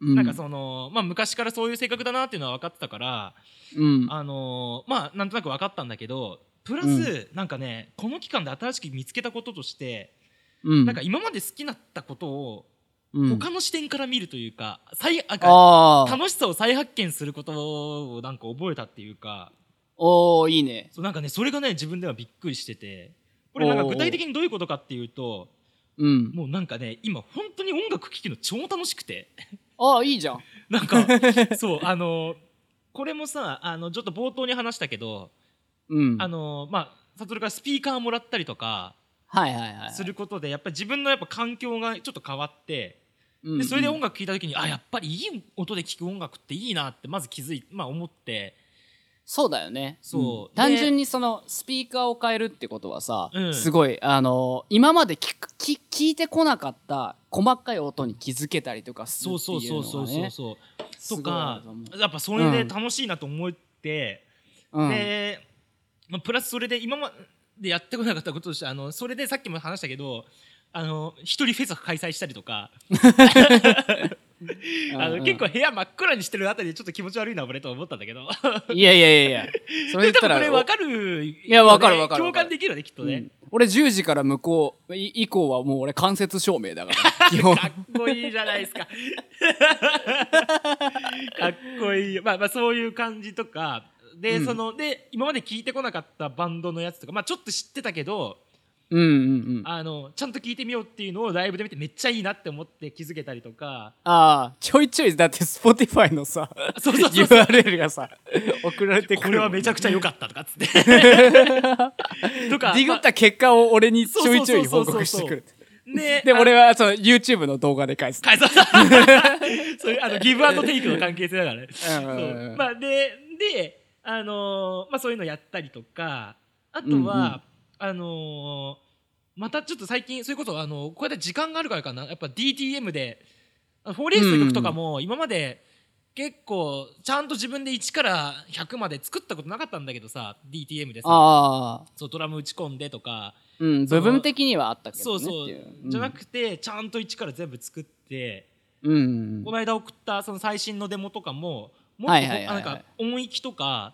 Speaker 2: うん
Speaker 1: なんかその、まあ、昔からそういう性格だなっていうのは分かってたから、
Speaker 2: うん
Speaker 1: あのーまあなんとなく分かったんだけどプラス、
Speaker 2: うん
Speaker 1: なんかねこの期間で新しく見つけたこととして、
Speaker 2: うん
Speaker 1: なんか今まで好きだったことを
Speaker 2: うん
Speaker 1: 他の視点から見るというか,、再なんか
Speaker 2: ああ
Speaker 1: 楽しさを再発見することをなんか覚えたっていうか
Speaker 2: おおいいね
Speaker 1: そうなんかねそれがね自分ではびっくりしててこれなんか具体的にどういうことかっていうと。
Speaker 2: うん
Speaker 1: もうなんかね今本当に音楽聴くの超楽しくて
Speaker 2: ああいいじゃん
Speaker 1: なん かそうあのこれもさあのちょっと冒頭に話したけど、
Speaker 2: うん
Speaker 1: あのまあ悟からスピーカーもらったりとか
Speaker 2: はいはいはい
Speaker 1: することでやっぱり自分のやっぱ環境がちょっと変わって
Speaker 2: うん
Speaker 1: でそれで音楽聴いた時にあやっぱりいい音で聴く音楽っていいなってまず気づいまあ思って
Speaker 2: そうだよね
Speaker 1: そうんで
Speaker 2: 単純にそのスピーカーを変えるってことはさ、
Speaker 1: うん
Speaker 2: すごいあの今まで聞く聞聞いてこなかった細かい音に気づけたりとかする
Speaker 1: そう
Speaker 2: って
Speaker 1: そう
Speaker 2: いう
Speaker 1: そう
Speaker 2: の
Speaker 1: そうそ
Speaker 2: はね
Speaker 1: うそう
Speaker 2: す
Speaker 1: と
Speaker 2: ごいな
Speaker 1: か
Speaker 2: と思う
Speaker 1: やっぱそれで楽しいなと思って、
Speaker 2: うん
Speaker 1: で、まあ、プラスそれで今までやってこなかったこととしてあのそれでさっきも話したけどあの一人フェス開催したりとかあ
Speaker 2: うん
Speaker 1: の
Speaker 2: うん
Speaker 1: 結構部屋真っ暗にしてるあたりでちょっと気持ち悪いな俺と思ったんだけど
Speaker 2: いやいやいやいやそれ言
Speaker 1: で多
Speaker 2: っ
Speaker 1: 分
Speaker 2: たら
Speaker 1: これ分かるい
Speaker 2: や分かる分かる
Speaker 1: 共感できるよねきっと
Speaker 2: う
Speaker 1: ね
Speaker 2: ん、俺10時から向こうい以降はもう俺間接照 明だから基本
Speaker 1: かっこいいじゃない ですかかっこいいよまあまあそういう感じとかで、
Speaker 2: うん
Speaker 1: そので今まで聞いてこなかったバンドのやつとかまあちょっと知ってたけど
Speaker 2: うんうんうんあ
Speaker 1: あのちゃんと聞いてみようっていうのをライブで見てめっちゃいいなって思って気づけたりとか
Speaker 2: あちょいちょいだって Spotify のさ
Speaker 1: そうそうそうそう
Speaker 2: URL がさ送られてく
Speaker 1: こ
Speaker 2: る
Speaker 1: れはめちゃくちゃ良かったとかっつって と か
Speaker 2: ディグった結果を俺にちょいちょい
Speaker 1: そう
Speaker 2: 報
Speaker 1: そうそうそう
Speaker 2: 告してくる
Speaker 1: ね
Speaker 2: で
Speaker 1: あの
Speaker 2: 俺はその YouTube の動画で返す
Speaker 1: はいそうそういうあのギブアンドテイクの関係性だからね
Speaker 2: うんうんうん
Speaker 1: そうまあでであのーまあそういうのやったりとかあとは、
Speaker 2: うんうん
Speaker 1: あのーまたちょっと最近それこそあのこうやって時間があるからかなやっぱ DTM であのフォーリースの曲とかも今まで結構ちゃんと自分で1から100まで作ったことなかったんだけどさ DTM でさ
Speaker 2: ああ
Speaker 1: そうドラム打ち込んでとか
Speaker 2: うん
Speaker 1: その
Speaker 2: 部分的にはあったけ
Speaker 1: そう
Speaker 2: どね
Speaker 1: そう
Speaker 2: っていう
Speaker 1: じゃなくてちゃんと1から全部作って。
Speaker 2: うんうん
Speaker 1: この間送ったその最新のデモとかももっとこう
Speaker 2: はいはいはいはい
Speaker 1: なんか音域とか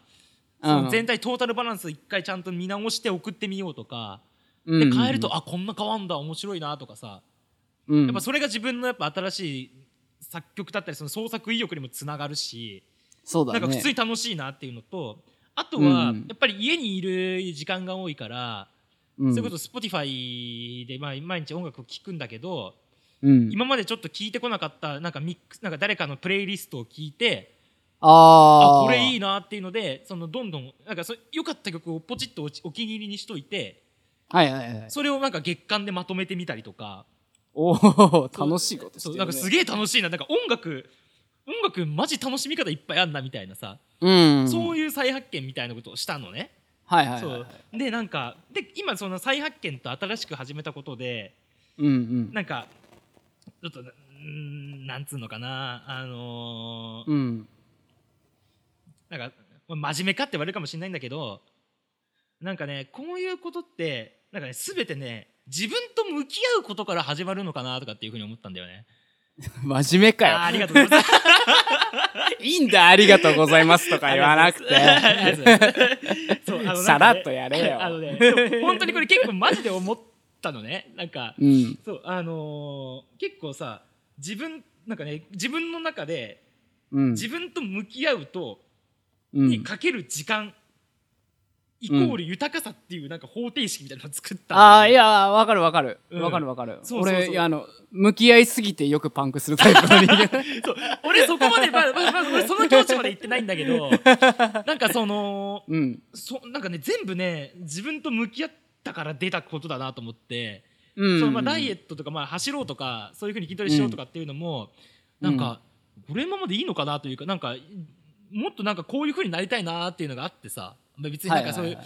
Speaker 2: うん
Speaker 1: その全体トータルバランス一回ちゃんと見直して送ってみようとか
Speaker 2: うん
Speaker 1: で変えるとあこんな変わんだ面白いなとかさ
Speaker 2: うん
Speaker 1: やっぱそれが自分のやっぱ新しい作曲だったりその創作意欲にもつながるし
Speaker 2: そうだ
Speaker 1: な
Speaker 2: ね
Speaker 1: んか普通に楽しいなっていうのとあと
Speaker 2: う
Speaker 1: は
Speaker 2: ん
Speaker 1: やっぱり家にいる時間が多いからそ
Speaker 2: うん
Speaker 1: れこそ Spotify でまあ毎日音楽を聴くんだけど
Speaker 2: うん
Speaker 1: 今までちょっと聴いてこなかったなんかミックスなんか誰かのプレイリストを聞いて
Speaker 2: あ
Speaker 1: あこれい
Speaker 2: い
Speaker 1: いなっていうのでそのどんどんなんかそ良かった曲をポチッとおちお気に入りにしといて
Speaker 2: はいはいはい
Speaker 1: それをなんか月間でまとめてみたりとか
Speaker 2: おお楽しいことして
Speaker 1: そ
Speaker 2: る
Speaker 1: う
Speaker 2: ね
Speaker 1: なんかすげえ楽しいななんか音楽音楽マジ楽しみ方いっぱいあんなみたいなさ、
Speaker 2: うん
Speaker 1: そういう再発見みたいなことをしたのね、
Speaker 2: はいはいはい
Speaker 1: そうでなんかで今その再発見と新しく始めたことで
Speaker 2: うんうん
Speaker 1: なんかちょっとうーんなんつうのかなあのー
Speaker 2: うん
Speaker 1: なんかこれ真面目かって言われるかもしれないんだけどなんかねこういうことってなんかね全てね自分と向き合うことから始まるのかなとかっていうふうに思ったんだよね。
Speaker 2: 真面目
Speaker 1: あーあ
Speaker 2: かよ
Speaker 1: りがとうございます。
Speaker 2: いいんだありがとうございます とか 言わなくて
Speaker 1: ありがとうございますそうあのなんかね
Speaker 2: さらっとやれよ
Speaker 1: あのねでも本当にこれ結構マジで思ったのねなんか
Speaker 2: うん
Speaker 1: そうあのー結構さ自分なんかね自分の中で
Speaker 2: うん
Speaker 1: 自分と向き合うと、
Speaker 2: うん
Speaker 1: にかける時間イコール豊かさっていうなんか方程式みたいなのを作ったんだよね、
Speaker 2: ああいやわかるわかる
Speaker 1: うん
Speaker 2: わかるわかる、
Speaker 1: そうそうそう
Speaker 2: 俺いやあの向き合いすぎてよくパンクするタイプの人 間
Speaker 1: そう俺そこまで、まあまあまあ、俺その境地まで行ってないんだけ どなんかその
Speaker 2: うん
Speaker 1: そなんかね全部ね自分と向き合ったから出たことだなと思って、
Speaker 2: うん
Speaker 1: そのまあダイエ
Speaker 2: ッ
Speaker 1: ットとか、まあ、走ろうとかそういうふうに筋トレしようとかっていうのも、なんかこれままでいいのかなというかなんかもっとなんかこういうふうになりたいなっていうのがあってさまあ別になんかそういう、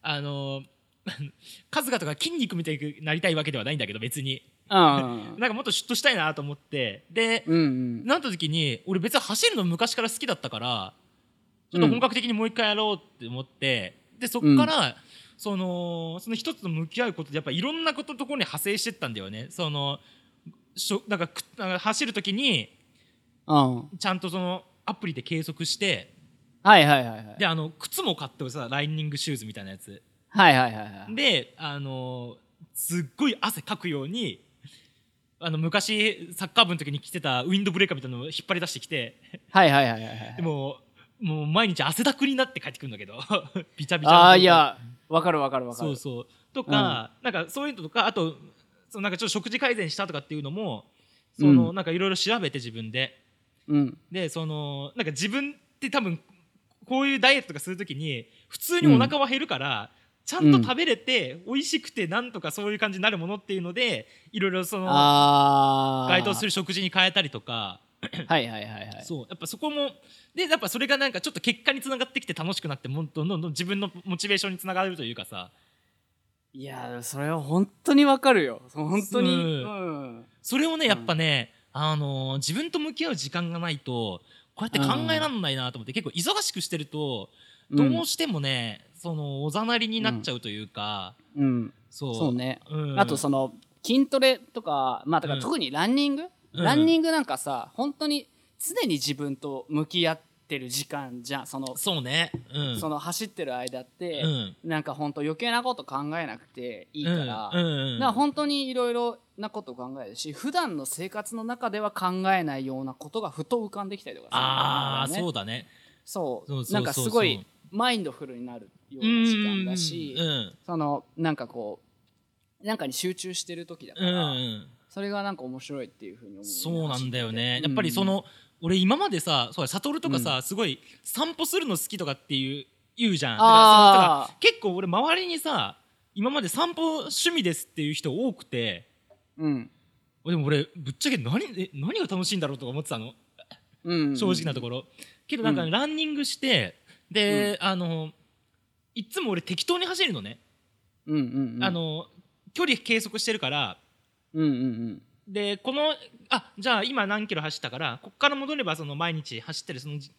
Speaker 1: あの ー春日とか筋肉みたいになりたいわけではないんだけど別に
Speaker 2: うん
Speaker 1: なんかもっとシュッとしたいなと思ってで、
Speaker 2: うんうん
Speaker 1: なった時に俺別に走るの昔から好きだったからちょっと本格的にもう一回やろうって思って、でそっから、そのその一つと向き合うことでやっぱいろんなことところに派生してったんだよねそのしょなんかくなんか走る時に
Speaker 2: うん
Speaker 1: ちゃんとそのアプリで計測して
Speaker 2: はいはいはいはい
Speaker 1: であの靴も買ってさランニングシューズみたいなやつ
Speaker 2: はいはいはいはい
Speaker 1: であのすっごい汗かくようにあの昔サッカー部の時に着てたウィンドブレーカーみたいなのを引っ張り出してきて
Speaker 2: はいはいはいはいはい
Speaker 1: でもう、もう毎日汗だくになって帰ってくるんだけど、 びちゃびちゃの状態。
Speaker 2: ああいやわかるわかるわか
Speaker 1: そ
Speaker 2: る
Speaker 1: うそう。とか、なんかそういうのとか、あと、そのなんかちょっと食事改善したとかっていうのも、その、
Speaker 2: うん
Speaker 1: なんかいろいろ調べて自分で。
Speaker 2: うん
Speaker 1: で、その、なんか自分って多分、こういうダイエットとかするときに、普通にお腹は減るから、ちゃんと食べれて、美味しくて、なんとかそういう感じになるものっていうので、いろいろその、
Speaker 2: ああ
Speaker 1: 該当する食事に変えたりとか、
Speaker 2: はいはいはいはい
Speaker 1: そうやっぱそこもでやっぱそれがなんかちょっと結果につながってきて楽しくなってもうどんどんどん自分のモチベーションにつながるというかさ
Speaker 2: いやそれは本当にわかるよ本当に
Speaker 1: う
Speaker 2: うん
Speaker 1: それをねやっぱね、あのー自分と向き合う時間がないとこうやって考えらんないなと思って、結構忙しくしてるとどうしてもね、そのおざなりになっちゃうというか、
Speaker 2: うんうん
Speaker 1: そう
Speaker 2: そうね
Speaker 1: うん
Speaker 2: あとその筋トレとかまあだか
Speaker 1: うん
Speaker 2: ら特にランニング、
Speaker 1: うん
Speaker 2: ランニングなんかさ本当に常に自分と向き合ってる時間じゃんその,、
Speaker 1: そうねうん
Speaker 2: その走ってる間って
Speaker 1: う、ん
Speaker 2: なんか本当余計なこと考えなくていいから、だ
Speaker 1: う
Speaker 2: か
Speaker 1: んうんうん
Speaker 2: ら本当にいろいろなことを考えるし普段の生活の中では考えないようなことがふと浮かんできたりとかする
Speaker 1: ああ、
Speaker 2: ね
Speaker 1: そうだね
Speaker 2: そう
Speaker 1: そうそうそう
Speaker 2: なんかすごいマインドフルになるような時間だし、
Speaker 1: うんうん
Speaker 2: そのなんかこうなんかに集中してる時だか
Speaker 1: うんう
Speaker 2: ら、
Speaker 1: んうん
Speaker 2: それがなんか面白いっていうふうに思う、
Speaker 1: そうなんだよね、
Speaker 2: うん
Speaker 1: やっぱりその俺今までさそうだ悟るとかさ、すごい散歩するの好きとかっていう言うじゃんだからそのだ
Speaker 2: あ
Speaker 1: か
Speaker 2: あ
Speaker 1: ら結構俺周りにさ今まで散歩趣味ですっていう人多くて
Speaker 2: うん、
Speaker 1: でも俺ぶっちゃけ何え何が楽しいんだろうとか思ってたの
Speaker 2: うん、
Speaker 1: 正直なところ、けどなんか、
Speaker 2: うん
Speaker 1: ランニングしてで、あのいつも俺適当に走るのね、
Speaker 2: うんうんうん
Speaker 1: あの距離計測してるから
Speaker 2: うんうん
Speaker 1: でこのあじゃあ今何キロ走ったからここから戻ればその毎日走ってるそのじ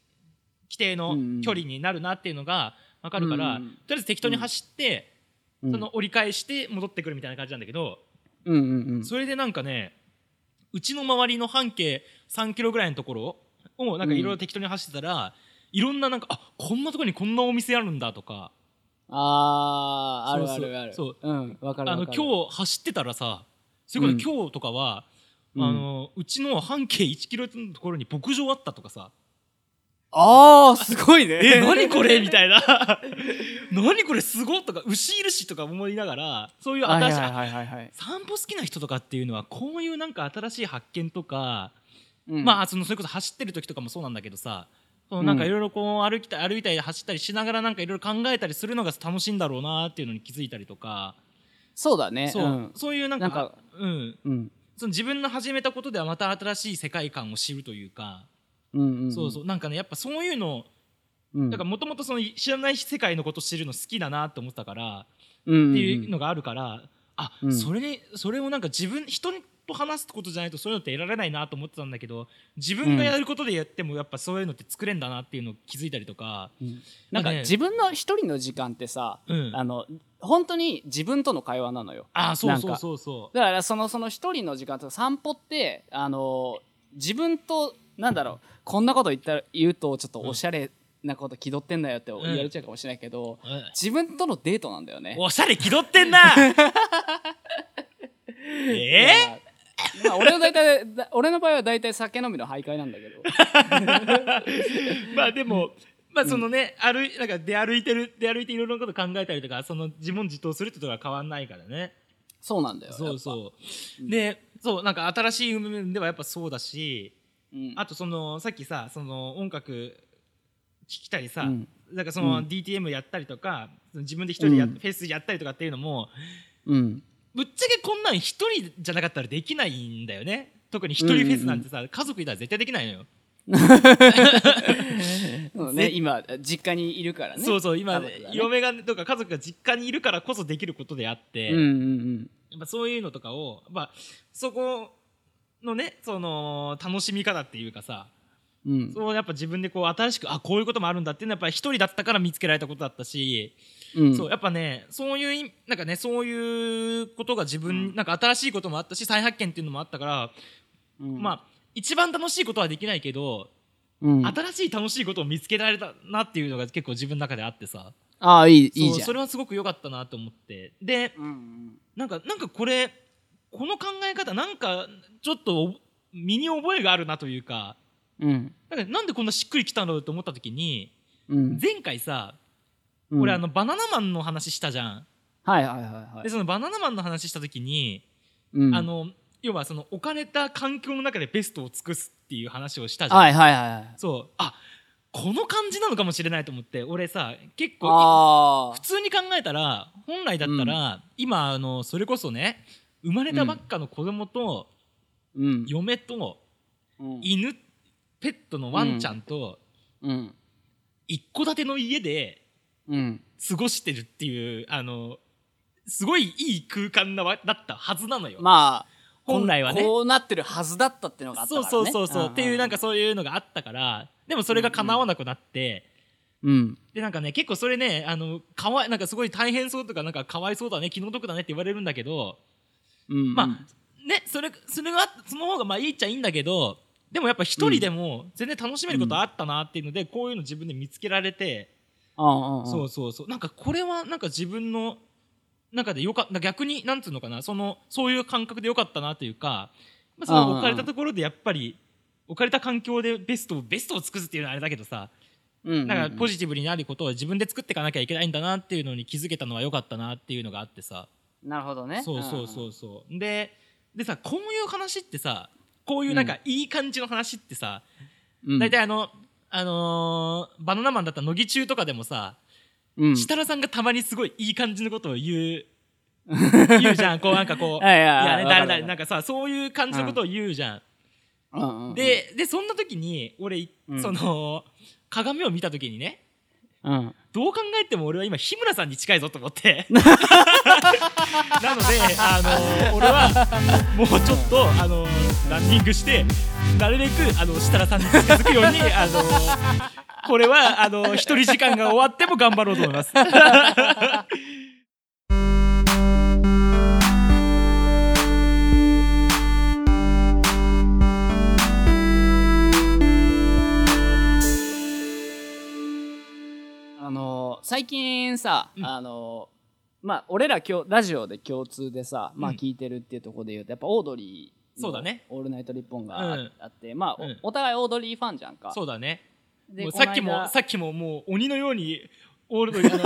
Speaker 1: 規定の
Speaker 2: うんうん
Speaker 1: 距離になるなっていうのが分かるから、
Speaker 2: うんうん
Speaker 1: とりあえず適当に走って、
Speaker 2: うん
Speaker 1: その折り返して戻ってくるみたいな感じなんだけど、
Speaker 2: うんうんうん
Speaker 1: それでなんかねうちの周りの半径3キロぐらいのところをなんかいろいろ適当に走ってたら、いろんななんかあこんなところにこんなお店あるんだとか
Speaker 2: あーある
Speaker 1: そう
Speaker 2: あ
Speaker 1: そう
Speaker 2: るある
Speaker 1: そう
Speaker 2: うんわかる
Speaker 1: あの
Speaker 2: わかる
Speaker 1: 今日走ってたらさそういうこと
Speaker 2: う
Speaker 1: 今日とかは、
Speaker 2: うん
Speaker 1: あのうちの半径1キロのところに牧場あったとかさ
Speaker 2: ああすごいね
Speaker 1: 「え何これ?」みたいな 「何これすごっ!」とか「牛いるし」とか思いながらそういう
Speaker 2: はいは
Speaker 1: 新
Speaker 2: い
Speaker 1: しい、
Speaker 2: はいはいはい、
Speaker 1: 散歩好きな人とかっていうのはこういうなんか新しい発見とか、
Speaker 2: うん、
Speaker 1: まあそのそれこそ走ってる時とかもそうなんだけどさそのなんかいろいろこう歩きた歩いたり走ったりしながらなんかいろいろ考えたりするのが楽しいんだろうなっていうのに気づいたりとか、
Speaker 2: そうだね
Speaker 1: そう
Speaker 2: うん
Speaker 1: そういうなんか
Speaker 2: なんか
Speaker 1: うん、
Speaker 2: うん
Speaker 1: その自分の始めたことではまた新しい世界観を知るというか、
Speaker 2: うんうん
Speaker 1: そうそうなんかねやっぱそういうの
Speaker 2: うん、うん、
Speaker 1: だからもともとその知らない世界のこと知るの好きだなって思ってたから、
Speaker 2: うんうんうん、
Speaker 1: っていうのがあるからあ、
Speaker 2: うん
Speaker 1: それにそれをなんか自分人にと話すことじゃないとそういうのって得られないなと思ってたんだけど自分がやることでやってもやっぱそういうのって作れんだなっていうのを気づいたりとか、
Speaker 2: なんか
Speaker 1: ね
Speaker 2: 自分の一人の時間ってさ、
Speaker 1: うん
Speaker 2: あの本当に自分との会話なのよ
Speaker 1: ああそう
Speaker 2: なん
Speaker 1: そう
Speaker 2: か
Speaker 1: そうそ
Speaker 2: だからそのその一人の時間とか散歩ってあの自分となんだろうこんなこと言ったら言うとちょっとおしゃれなこと気取ってんだよって言われちゃうかもしれないけど、
Speaker 1: う、うん
Speaker 2: 自分とのデートなんだよね。
Speaker 1: おしゃれ気取って んなえ
Speaker 2: まあまあ俺の大体だ俺の場合は大体酒飲みの徘徊なんだけど
Speaker 1: ー、まあでも、まあそのね、歩いなんか出歩いてる出歩いていろいろなこと考えたりとかその自問自答するってことは変わんないからね
Speaker 2: そうなんだよ
Speaker 1: そう
Speaker 2: う、
Speaker 1: そうでそうなんか新しい面ではやっぱそうだし
Speaker 2: うん、
Speaker 1: あとそのさっきさその音楽聴きたりさ、
Speaker 2: うん
Speaker 1: なんかその
Speaker 2: うん
Speaker 1: DTM やったりとかその自分で一人でやっ
Speaker 2: うん
Speaker 1: フェスやったりとかっていうのも
Speaker 2: うん
Speaker 1: ぶっちゃけこんなん一人じゃなかったらできないんだよね特に一人フェスなんてさ、家族いたら絶対できないのよ、
Speaker 2: そうね、今実家にいるからね
Speaker 1: そうそう今、
Speaker 2: 家族がね
Speaker 1: 嫁がとか家族が実家にいるからこそできることであって、
Speaker 2: うんうん
Speaker 1: やっぱそういうのとかを、まあ、そこのねその楽しみ方っていうかさ
Speaker 2: うんうん
Speaker 1: そうやっぱ自分でこう新しくあこういうこともあるんだっていうのはやっぱ一人だったから見つけられたことだったし、
Speaker 2: うん
Speaker 1: そうやっぱねそういういなんかねそういうことが自分、なんか新しいこともあったし再発見っていうのもあったから、
Speaker 2: うん
Speaker 1: まあ一番楽しいことはできないけど、
Speaker 2: うん
Speaker 1: 新しい楽しいことを見つけられたなっていうのが結構自分の中であってさ
Speaker 2: ああいいいい
Speaker 1: そう
Speaker 2: じゃん
Speaker 1: それはすごく良かったなと思ってで
Speaker 2: うん
Speaker 1: なんかなんかこれこの考え方なんかちょっとお身に覚えがあるなというか
Speaker 2: うんうん
Speaker 1: なんかなんでこんなしっくりきたんだろうと思った時に
Speaker 2: うん
Speaker 1: 前回さ
Speaker 2: うん
Speaker 1: 俺あのバナナマンの話したじゃん。
Speaker 2: はいはいはいはい
Speaker 1: でそのバナナマンの話した時に、
Speaker 2: うん
Speaker 1: あの要はその置かれた環境の中でベストを尽くすっていう話をしたじゃん。
Speaker 2: はいはいはいはい
Speaker 1: そうあこの感じなのかもしれないと思って俺さ結構
Speaker 2: あ
Speaker 1: 普通に考えたら本来だったら、今あのそれこそね生まれたばっかの子供と、
Speaker 2: ーうん
Speaker 1: 嫁と
Speaker 2: うん
Speaker 1: 犬ペットのワンちゃんと
Speaker 2: うん
Speaker 1: 一戸建ての家で
Speaker 2: うん
Speaker 1: 過ごしてるっていうあのすごいいい空間なわだったはずなのよ、
Speaker 2: まあ
Speaker 1: 本来はね。
Speaker 2: こうなってるはずだったっていうのがあったか
Speaker 1: そう
Speaker 2: らね
Speaker 1: そうそうそうっていうなんかそういうのがあったからでもそれが叶わなくなって、
Speaker 2: うん
Speaker 1: でなんかね結構それねあのかわいなんかすごい大変そうとかなんかかわいそうだね気の毒だねって言われるんだけど
Speaker 2: うん
Speaker 1: まあねそれそれはその方がまあいいっちゃいいんだけどでもやっぱ一人でも全然楽しめることあったなっていうので、こういうの自分で見つけられて、
Speaker 2: ああ
Speaker 1: そうそうそうなんかこれはなんか自分の中でよかった逆になんつうのかなそのそういう感覚でよかったなというか、まあ、そ
Speaker 2: うんうんう
Speaker 1: の
Speaker 2: ん
Speaker 1: 置かれたところでやっぱり置かれた環境でベストをベストを尽くすっていうのはあれだけどさ
Speaker 2: うん
Speaker 1: なんかポ
Speaker 2: ジ
Speaker 1: ジティブになることを自分で作っていかなきゃいけないんだなっていうのに気づけたのは良かったなっていうのがあってさ
Speaker 2: なるほどね
Speaker 1: そうそうそうそうででさこういう話ってさこういうなんかいい感じの話ってさ
Speaker 2: うん
Speaker 1: 大体あのあのーバナナマンだったら乃木中とかでもさ
Speaker 2: うん
Speaker 1: 設楽さんがたまにすごいいい感じのことを言 う言うじゃんこうなんかこうい
Speaker 2: はいはいはい
Speaker 1: やね
Speaker 2: わか
Speaker 1: 誰
Speaker 2: る
Speaker 1: 々なんかさそういう感じのことを言うじゃん
Speaker 2: うんうんうん
Speaker 1: ででそんな時に俺
Speaker 2: うん
Speaker 1: その鏡を見た時にね
Speaker 2: うん
Speaker 1: どう考えても俺は今日村さんに近いぞと思って なのであの俺はもうちょっとあのランニングしてなるべくあの設楽さんに近づくようにあのこれはあの一人時間が終わっても頑張ろうと思います。
Speaker 2: あのー最近さ、
Speaker 1: うん
Speaker 2: あのーまあ俺ら今日ラジオで共通でさ、まあ
Speaker 1: うん
Speaker 2: 聞いてるっていうところで言うとやっぱオードリーの
Speaker 1: そうだね
Speaker 2: オールナイトリッポン」が
Speaker 1: う
Speaker 2: あ
Speaker 1: ん
Speaker 2: あって、まあ、
Speaker 1: うん
Speaker 2: おお互いオードリーファンじゃんか
Speaker 1: そうだね
Speaker 2: で
Speaker 1: もう
Speaker 2: こ
Speaker 1: さ
Speaker 2: の
Speaker 1: っき
Speaker 2: 間
Speaker 1: もさっきももう鬼のようにオールド リーの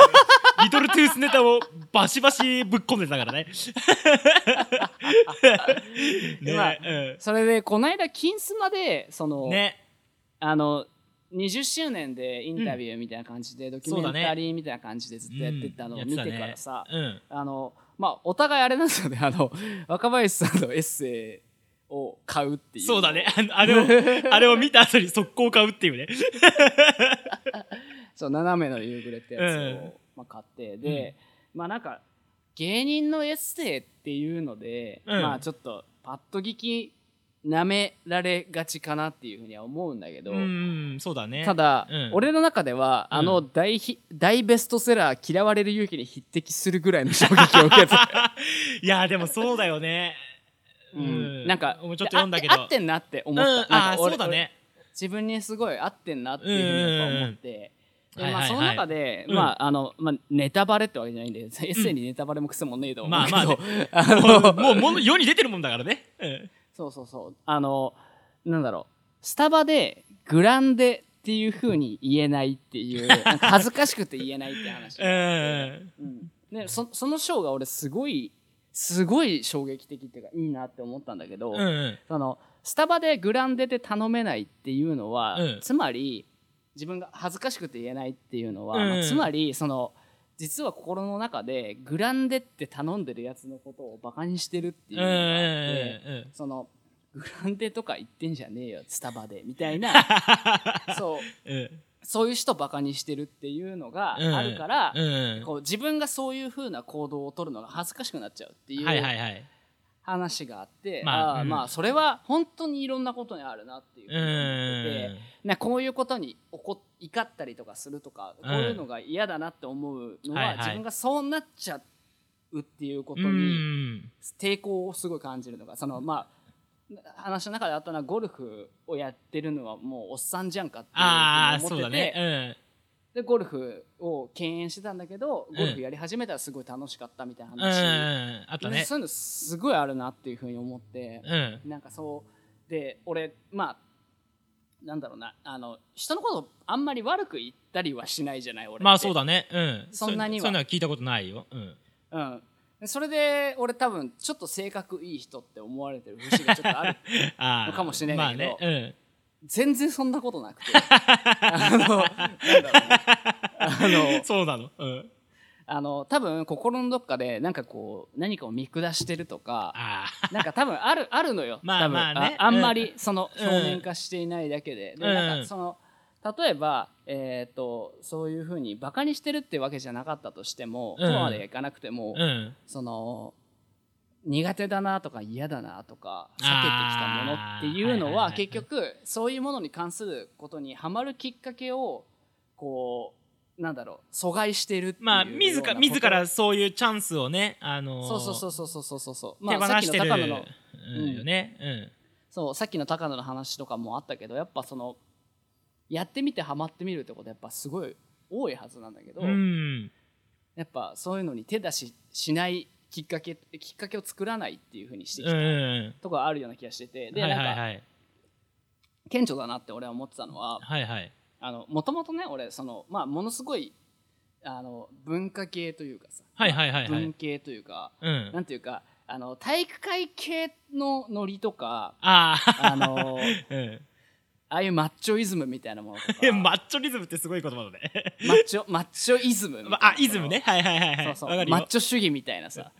Speaker 1: リトルトゥースネタをバシバシぶっ込んでた からね。ね
Speaker 2: まあ
Speaker 1: え、
Speaker 2: それでこの間金スマでその、
Speaker 1: うん、ね
Speaker 2: あの20周年でインタビューみたいな感じで、ドキュメンタリーみたいな感じでずっとやってたのを見てからさ、
Speaker 1: うん
Speaker 2: あのまあお互いあれなんですよねあの若林さんのエッセイを買うっていう
Speaker 1: そうだねあのあ れをあれを見た後に速攻買うっていうね
Speaker 2: そう斜めの夕暮れってやつを、
Speaker 1: うん
Speaker 2: まあ、買ってで、まあなんか芸人のエッセイっていうので、
Speaker 1: うん
Speaker 2: まあちょっとパパッと聞きなめられがちかなっていうふうには思うんだけど、
Speaker 1: うんそうだね
Speaker 2: ただ、
Speaker 1: うん
Speaker 2: 俺の中では
Speaker 1: うん
Speaker 2: あの大ヒ、大ベストセラー「嫌われる勇気」に匹敵するぐらいの衝撃を受 けた、
Speaker 1: いやでもそうだよね
Speaker 2: うんなんか
Speaker 1: 俺もちょっと読んだけど
Speaker 2: あ合ってんなって思
Speaker 1: う
Speaker 2: っ
Speaker 1: ん
Speaker 2: た、
Speaker 1: あ
Speaker 2: なん
Speaker 1: あ
Speaker 2: か俺
Speaker 1: そうだ ね
Speaker 2: 自分にすごい合ってんなっていうふうにやっぱ思っ
Speaker 1: う
Speaker 2: て。
Speaker 1: ん
Speaker 2: で
Speaker 1: うんうん
Speaker 2: まあ、
Speaker 1: はい
Speaker 2: そ
Speaker 1: はい
Speaker 2: の
Speaker 1: はい
Speaker 2: 中で、
Speaker 1: うん
Speaker 2: まああのまあ、ネタバレってわけじゃないん で、エッセイにネタバレもクソもねえと思うけど、
Speaker 1: まあまあ
Speaker 2: あ
Speaker 1: も
Speaker 2: の
Speaker 1: うもうもう世に出てるもんだからね、うん
Speaker 2: そうそうそうあのなんだろうスタバでグランデっていうふうに言えないって いうなんか恥ずかしくて言えないって話、
Speaker 1: うん
Speaker 2: うんでそそのショーが俺すごいすごい衝撃的っていうかいいなって思ったんだけど、
Speaker 1: うんうん
Speaker 2: そのスタバでグランデで頼めないっていうのは、
Speaker 1: うん
Speaker 2: つまり自分が恥ずかしくて言えないっていうのは、
Speaker 1: うん
Speaker 2: まあつまりその実は心の中でグランデって頼んでるやつのことをバカにしてるっていう
Speaker 1: うんうん
Speaker 2: のがあって。
Speaker 1: うんうん
Speaker 2: そのグランデとか言ってんじゃねえよスタバでみた いなそう
Speaker 1: うん
Speaker 2: そういう人バカにしてるっていうのがあるから、
Speaker 1: うん
Speaker 2: こう自分がそういう風な行動を取るのが恥ずかしくなっちゃうってい
Speaker 1: はいはいうはい
Speaker 2: 話があって、
Speaker 1: まあ
Speaker 2: ああ
Speaker 1: うん
Speaker 2: まあそれは本当にいろんなことにあるなっていうふう
Speaker 1: う
Speaker 2: に思ってて。
Speaker 1: ん
Speaker 2: なこういうことに怒怒ったりとかするとか、
Speaker 1: うん
Speaker 2: こういうのが嫌だなって思うのは、
Speaker 1: はいはい
Speaker 2: 自分がそうなっちゃうっていうこと
Speaker 1: う
Speaker 2: に
Speaker 1: ん
Speaker 2: 抵抗をすごい感じるのがそのまあ話の中であったのはゴルフをやってるのはもうおっさんじゃんかっていう
Speaker 1: ああ
Speaker 2: ふう
Speaker 1: そ
Speaker 2: に
Speaker 1: う
Speaker 2: 思
Speaker 1: だ
Speaker 2: ってて、
Speaker 1: ね
Speaker 2: でゴルフを敬遠してたんだけどゴルフやり始めたらすごい楽しかったみたい
Speaker 1: うん
Speaker 2: な
Speaker 1: うんう
Speaker 2: 話、
Speaker 1: んあったね
Speaker 2: そういうのすごいあるなっていうふうに思って、
Speaker 1: うん
Speaker 2: なんかそうで俺まあなんだろうなあの人のことあんまり悪く言ったりはしないじゃない俺って
Speaker 1: まあそうだねうん
Speaker 2: そんなには
Speaker 1: そういうのは聞いたことないようん
Speaker 2: うんでそれで俺多分ちょっと性格いい人って思われてる節がちょっと ある
Speaker 1: あー
Speaker 2: のかもしれないけど
Speaker 1: まあね
Speaker 2: 全然そんなことなくてあのなんだろうねあ
Speaker 1: うん
Speaker 2: の
Speaker 1: そうなのうん
Speaker 2: あの多分心のどっかでなんかこう何かを見下してるとか
Speaker 1: ああ
Speaker 2: なんか多分あるあるのよ
Speaker 1: まあ
Speaker 2: 多分
Speaker 1: まあね
Speaker 2: ああんま
Speaker 1: う
Speaker 2: りその
Speaker 1: うん
Speaker 2: 表面化していないだけで,、でな
Speaker 1: うん
Speaker 2: んかその例えば、えー、とそういうふうにバカにしてるってわけじゃなかったとしても、
Speaker 1: うん
Speaker 2: そこまでいかなくても、
Speaker 1: うん
Speaker 2: その苦手だなとか嫌だなとか避けてきたものってい
Speaker 1: あーはいは
Speaker 2: うの
Speaker 1: いはいは
Speaker 2: はい結局そういうものに関することにはまるきっかけをこうなんだろう阻害してるっていう
Speaker 1: まあ
Speaker 2: ような
Speaker 1: 自
Speaker 2: こ
Speaker 1: ら
Speaker 2: と
Speaker 1: 自らそういうチャンスをねあのー
Speaker 2: そうそうそうそうそうそうそうそう
Speaker 1: 手
Speaker 2: ま
Speaker 1: 放
Speaker 2: あさっき
Speaker 1: し
Speaker 2: の
Speaker 1: てる
Speaker 2: 高野の
Speaker 1: うんよねうん
Speaker 2: そうさっきの高野の話とかもあったけどやっぱそのやってみてハマってみるってことやっぱすごい多いはずなんだけど、
Speaker 1: うん
Speaker 2: やっぱそういうのに手出ししないきっかけきっかけを作らないっていうふうにしてき
Speaker 1: う
Speaker 2: た、
Speaker 1: ん
Speaker 2: とかあるような気がしててで、
Speaker 1: はい
Speaker 2: な
Speaker 1: は
Speaker 2: ん
Speaker 1: い
Speaker 2: か
Speaker 1: はい
Speaker 2: 顕著だなって俺は思ってたのは
Speaker 1: はいはい
Speaker 2: あのもともとね俺その、まあ、ものすごいあの文化系というかさ、
Speaker 1: はいはいはいはい
Speaker 2: 文系というか、
Speaker 1: うん
Speaker 2: なんていうかあの体育会系のノリ とか
Speaker 1: あ
Speaker 2: あ
Speaker 1: あ
Speaker 2: の
Speaker 1: うん
Speaker 2: ああいうマッチョイズムみたいなものと
Speaker 1: え
Speaker 2: か
Speaker 1: マッチョリズムってすごい言葉だね
Speaker 2: マッチョマッチョイズムみたいな
Speaker 1: まあイズムねはいはいはいはい
Speaker 2: そうそう
Speaker 1: わかるよ
Speaker 2: マッチョ主義みたいな さ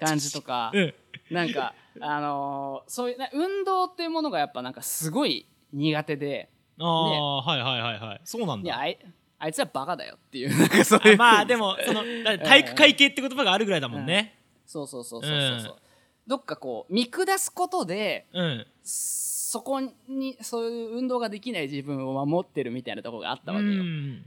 Speaker 2: 感じとか、
Speaker 1: うん
Speaker 2: なんかあのそういうな運動っていうものがやっぱなんかすごい苦手で。
Speaker 1: ああはいはいはいはいそうなん
Speaker 2: いや
Speaker 1: だ
Speaker 2: あいあいつはバカだよっていう なんかそういう
Speaker 1: まあでもその だ体育会系って言葉があるぐらいだもんね
Speaker 2: そうそうそうそうそうそう
Speaker 1: うん
Speaker 2: どっかこう見下すことで
Speaker 1: うん
Speaker 2: そこにそういう運動ができない自分を守ってるみたいなところがあったわ
Speaker 1: う
Speaker 2: けよ、
Speaker 1: ん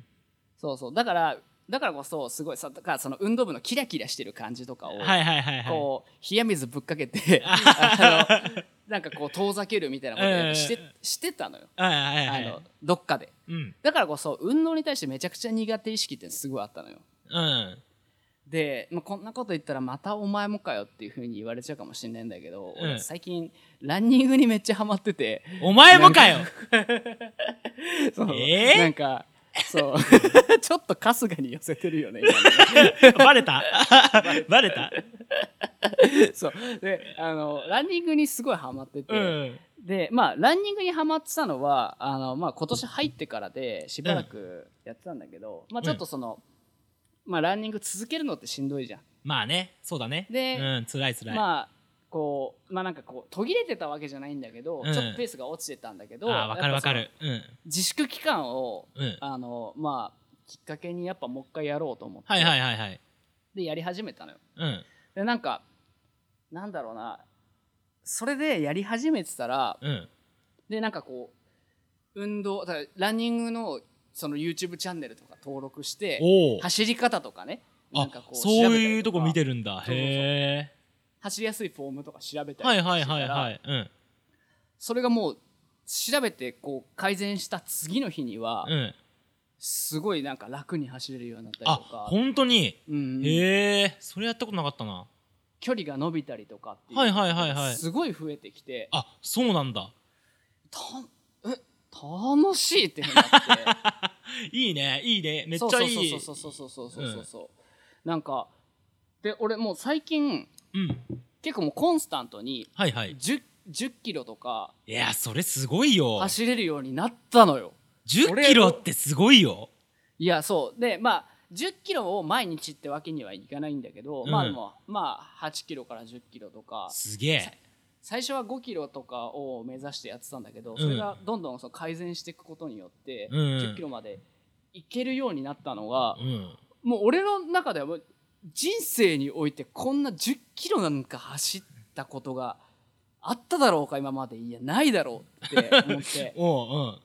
Speaker 2: そうそうだからだからこそすごいさだからその運動部のキラキラしてる感じとかを、
Speaker 1: はいはいはいはい
Speaker 2: こう冷や水ぶっか けてあのなんかこう遠ざけるみたいなことをやっぱして,、
Speaker 1: うん
Speaker 2: してたのよ、
Speaker 1: はいはいはい
Speaker 2: あ
Speaker 1: は
Speaker 2: の
Speaker 1: い
Speaker 2: どっかで
Speaker 1: うん
Speaker 2: だからこそ運動に対してめちゃくちゃ苦手意識ってすごいあったのよ
Speaker 1: うん
Speaker 2: で、まあ、こんなこと言ったらまたお前もかよっていうふうに言われちゃうかもしれないんだけど、
Speaker 1: うん
Speaker 2: 俺最近ランニングにめっちゃハマっ てて
Speaker 1: お前もかよ
Speaker 2: そう
Speaker 1: えー
Speaker 2: なんかそ うちょっと春日に寄せてるよね今のね
Speaker 1: バレ たバレた
Speaker 2: そうであのランニングにすごいハマってて、
Speaker 1: うん
Speaker 2: でまあランニングにハマってたのはあの、まあ、今年入ってからでしばらくやってたんだけど、まあ、ちょっとその、まあ、ランニング続けるのってしんどいじゃん。
Speaker 1: まあねそうだね
Speaker 2: で
Speaker 1: うん辛い辛い
Speaker 2: まあこうまあなんかこう途切れてたわけじゃないんだけ
Speaker 1: う
Speaker 2: ど、
Speaker 1: ん
Speaker 2: ちょっとペースが落ちてたんだけど
Speaker 1: ああ分かる分
Speaker 2: やっぱそ
Speaker 1: か
Speaker 2: の
Speaker 1: るうん
Speaker 2: 自粛期間を
Speaker 1: うん
Speaker 2: あのまあきっかけにやっぱもう一回やろうと思って、
Speaker 1: はいはいはいはい
Speaker 2: でやり始めたのよ
Speaker 1: うん
Speaker 2: でなんかなんだろうなそれでやり始めてたら
Speaker 1: うん
Speaker 2: でなんかこう運動だからランニングのその YouTube チャンネルとか登録して
Speaker 1: おお
Speaker 2: 走り方とかねなんか
Speaker 1: あ
Speaker 2: こう
Speaker 1: そういうとこ見
Speaker 2: る
Speaker 1: てるんだ
Speaker 2: そうそう
Speaker 1: へ
Speaker 2: 走りやすいフォームとか調べ
Speaker 1: え
Speaker 2: た
Speaker 1: は
Speaker 2: り
Speaker 1: い
Speaker 2: とか
Speaker 1: はい
Speaker 2: してた
Speaker 1: はい
Speaker 2: ら
Speaker 1: はいうん
Speaker 2: それがもう調べてこう改善した次の日には
Speaker 1: うん
Speaker 2: すごいなんか楽に走れるようになったり
Speaker 1: あ
Speaker 2: とか、
Speaker 1: 本当に
Speaker 2: うんうん、
Speaker 1: へえそれやったことなかったな
Speaker 2: 距離が伸びたりとかっていう
Speaker 1: はいはいはいはい
Speaker 2: すごい増えてきて
Speaker 1: あそうなんだ
Speaker 2: たえ楽しいってなって。
Speaker 1: いいねいいねめっちゃいい
Speaker 2: そうそうそうそうそうそうそうそう、なんかで俺もう最近
Speaker 1: うん
Speaker 2: 結構もうコンスタントに
Speaker 1: はいはい
Speaker 2: 1 0キロとか
Speaker 1: いやそれすごいよ
Speaker 2: 走れるようになったのよ
Speaker 1: 1 0キロってすごいよ
Speaker 2: いやそうでまあ1 0キロを毎日ってわけにはいかないんだけど、
Speaker 1: うん
Speaker 2: まあでもまあ8キロから1 0キロとか
Speaker 1: すげえ
Speaker 2: 最初は5キロとかを目指してやってたんだけどそれがどんどんその改善していくことによって
Speaker 1: うん
Speaker 2: 1 0キロまでいけるようになったのが、
Speaker 1: うん
Speaker 2: もう俺の中ではもう人生においてこんな1 0キロなんか走ったことがあっただろうか今までいやないだろうって思って
Speaker 1: おううん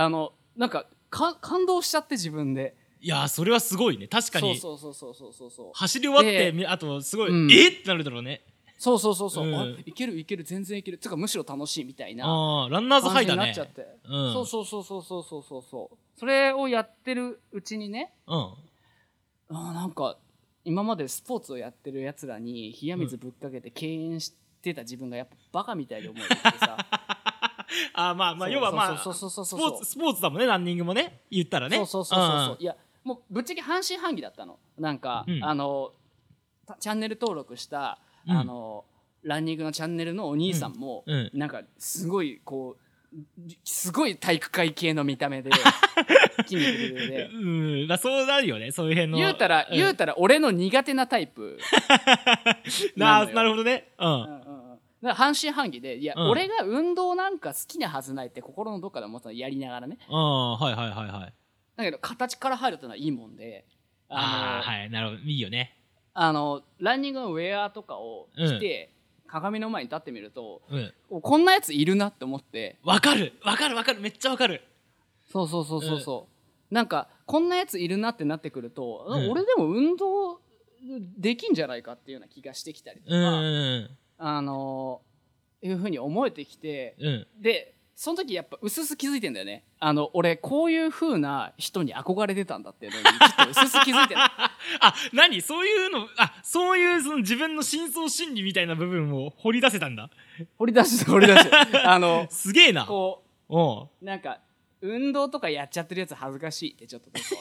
Speaker 2: あのなんかか感動しちゃって自分で
Speaker 1: いやそれはすごいね確か
Speaker 2: そう
Speaker 1: に
Speaker 2: そうそうそうそうそうそう
Speaker 1: 走り終わって
Speaker 2: で
Speaker 1: みあとすごい、
Speaker 2: うん
Speaker 1: えってなるだろうね
Speaker 2: そうそうそうそう、
Speaker 1: うん
Speaker 2: あいけるいける全然いけるつうかむしろ楽しいみたいな
Speaker 1: ああランナーズハ
Speaker 2: 感
Speaker 1: イ
Speaker 2: じ
Speaker 1: だ
Speaker 2: になっ
Speaker 1: ね
Speaker 2: ちゃって、
Speaker 1: うん
Speaker 2: そうそうそうそうそうそうそうそうそれをやってるうちにね
Speaker 1: うん
Speaker 2: あーなんか今までスポーツをやってるやつらに冷や水ぶっかけて敬遠してた自分がやっぱバカみたいに思えてきてさ
Speaker 1: あーまあ まあ
Speaker 2: そう
Speaker 1: 要はまあスポ
Speaker 2: そうそうそうそ
Speaker 1: ー
Speaker 2: う
Speaker 1: ツスポーツだもんねランニングもね言ったらね
Speaker 2: そうそうそうそうそう
Speaker 1: うん
Speaker 2: いやもうぶっちゃけ半信半疑だったのなんか、
Speaker 1: うん
Speaker 2: あのたチャンネル登録した、
Speaker 1: うん
Speaker 2: あのランニングのチャンネルのお兄さんも、
Speaker 1: うん
Speaker 2: なんかすごいこうすごい体育会系の見 た目で筋肉隆々で
Speaker 1: うんだそうなるよねそういう辺の
Speaker 2: 言うたら、
Speaker 1: うん
Speaker 2: 言うたら俺の苦手なタイプ
Speaker 1: な
Speaker 2: なのよ
Speaker 1: なるほどねうん
Speaker 2: うんうんうんだから半信半疑でいや、
Speaker 1: うん
Speaker 2: 俺が運動なんか好きなはずないって心のどっかで思ってたのやりながらね
Speaker 1: あーはいはいはいはい
Speaker 2: だけど形から入るってのはいいもんで
Speaker 1: あ
Speaker 2: あ
Speaker 1: あ
Speaker 2: の
Speaker 1: ーはいなるほどいいよね
Speaker 2: あのランニングのウェアとかを着て、鏡の前に立ってみると
Speaker 1: うん
Speaker 2: おこんなやついるなって思って
Speaker 1: わかるわかるわかるめっちゃわかる
Speaker 2: そうそうそうそうそうなんかこんなやついるなってなってくると、
Speaker 1: うん
Speaker 2: 俺でも運動できんじゃないかっていうような気がしてきたりとか、
Speaker 1: うんうん
Speaker 2: あのいうふうに思えてきて、
Speaker 1: うん
Speaker 2: でその時やっぱうすうす気づいてんだよねあの俺こういう風な人に憧れてたんだっていうのにちょっとうすうす気づいてる
Speaker 1: あ何そういうのあそういうその自分の深層心理みたいな部分を掘り出せたんだ
Speaker 2: 掘り出して掘り出してあの
Speaker 1: すげえな
Speaker 2: こ
Speaker 1: おう
Speaker 2: うなんか運動とかやっちゃってるやつ恥ずかしいってちょっと僕は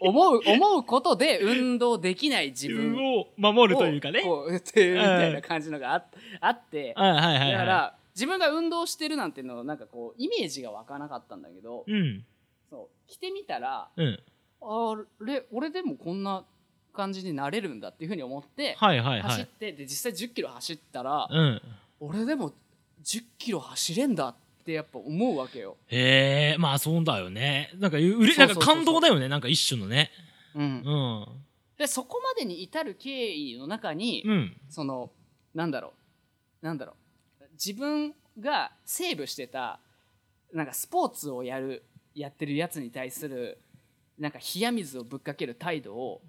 Speaker 2: 思う思うことで運動できない自
Speaker 1: 自
Speaker 2: 分
Speaker 1: 分
Speaker 2: を
Speaker 1: を守るというかね
Speaker 2: こうっていうみたいな感じのがああってだ
Speaker 1: あはいはいはい
Speaker 2: から自分が運動してるなんていうのなんかこうイメージが湧かなかったんだけど
Speaker 1: うん
Speaker 2: そう着てみたら
Speaker 1: うん
Speaker 2: あれ俺でもこんな感じになれるんだっていうふうに思って
Speaker 1: はいはいは
Speaker 2: 走っ
Speaker 1: い
Speaker 2: て、で実際1 0キロ走ったら、
Speaker 1: うん
Speaker 2: 俺でも1 0キロ走れんだってやっぱ思うわけよ、
Speaker 1: へえまあそうだよねなんかうれ
Speaker 2: そ
Speaker 1: な
Speaker 2: うんそうそうそう
Speaker 1: か感動だよねなんか一種のねうん
Speaker 2: でそこまでに至る経緯の中に、
Speaker 1: うん
Speaker 2: そのなんだろうなんだろう自分がセーブしてたなんかスポーツをやるやってるやつに対するなんか冷や水をぶっかける態度を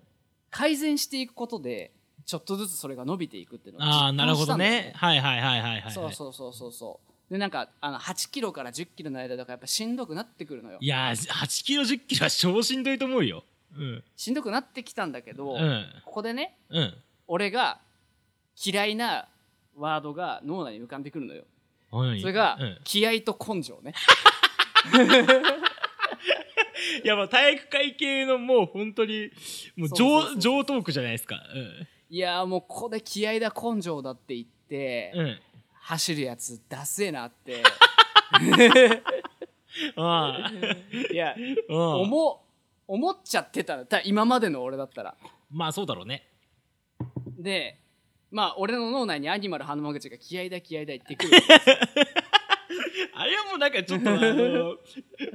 Speaker 2: 改善していくことでちょっとずつそれが伸びていくっていうのを実
Speaker 1: ああなる
Speaker 2: 感
Speaker 1: ほ
Speaker 2: した
Speaker 1: ど
Speaker 2: んだよ
Speaker 1: ねはいはいはいはいはいはい
Speaker 2: そうそうそうそうそうでなんかあの8キロから1 0キロの間とかやっぱしんどくなってくるのよ
Speaker 1: いやー8キロ1 0キロは超しんどいと思うようん
Speaker 2: しんどくなってきたんだけど、
Speaker 1: うん
Speaker 2: ここでね
Speaker 1: うん
Speaker 2: 俺が嫌いなワードが脳内に浮かんでくるのよ
Speaker 1: はい
Speaker 2: それが、
Speaker 1: うん
Speaker 2: 気合と根性ね
Speaker 1: いやまあ体育会系のもう本当にもう
Speaker 2: そうそうそ
Speaker 1: 上上
Speaker 2: うそう
Speaker 1: トークじゃないですか
Speaker 2: いやーもうここで気合だ根性だって言って、
Speaker 1: うん、うん、
Speaker 2: 走るやつダセえなって
Speaker 1: あ
Speaker 2: いや
Speaker 1: あうん
Speaker 2: 思思っちゃってたらた今までの俺だったら
Speaker 1: まあそうだろうね
Speaker 2: でまあ俺の脳内にアニマル花間口が気合だ気合だ言ってくる
Speaker 1: あれはもうなんかちょっとあの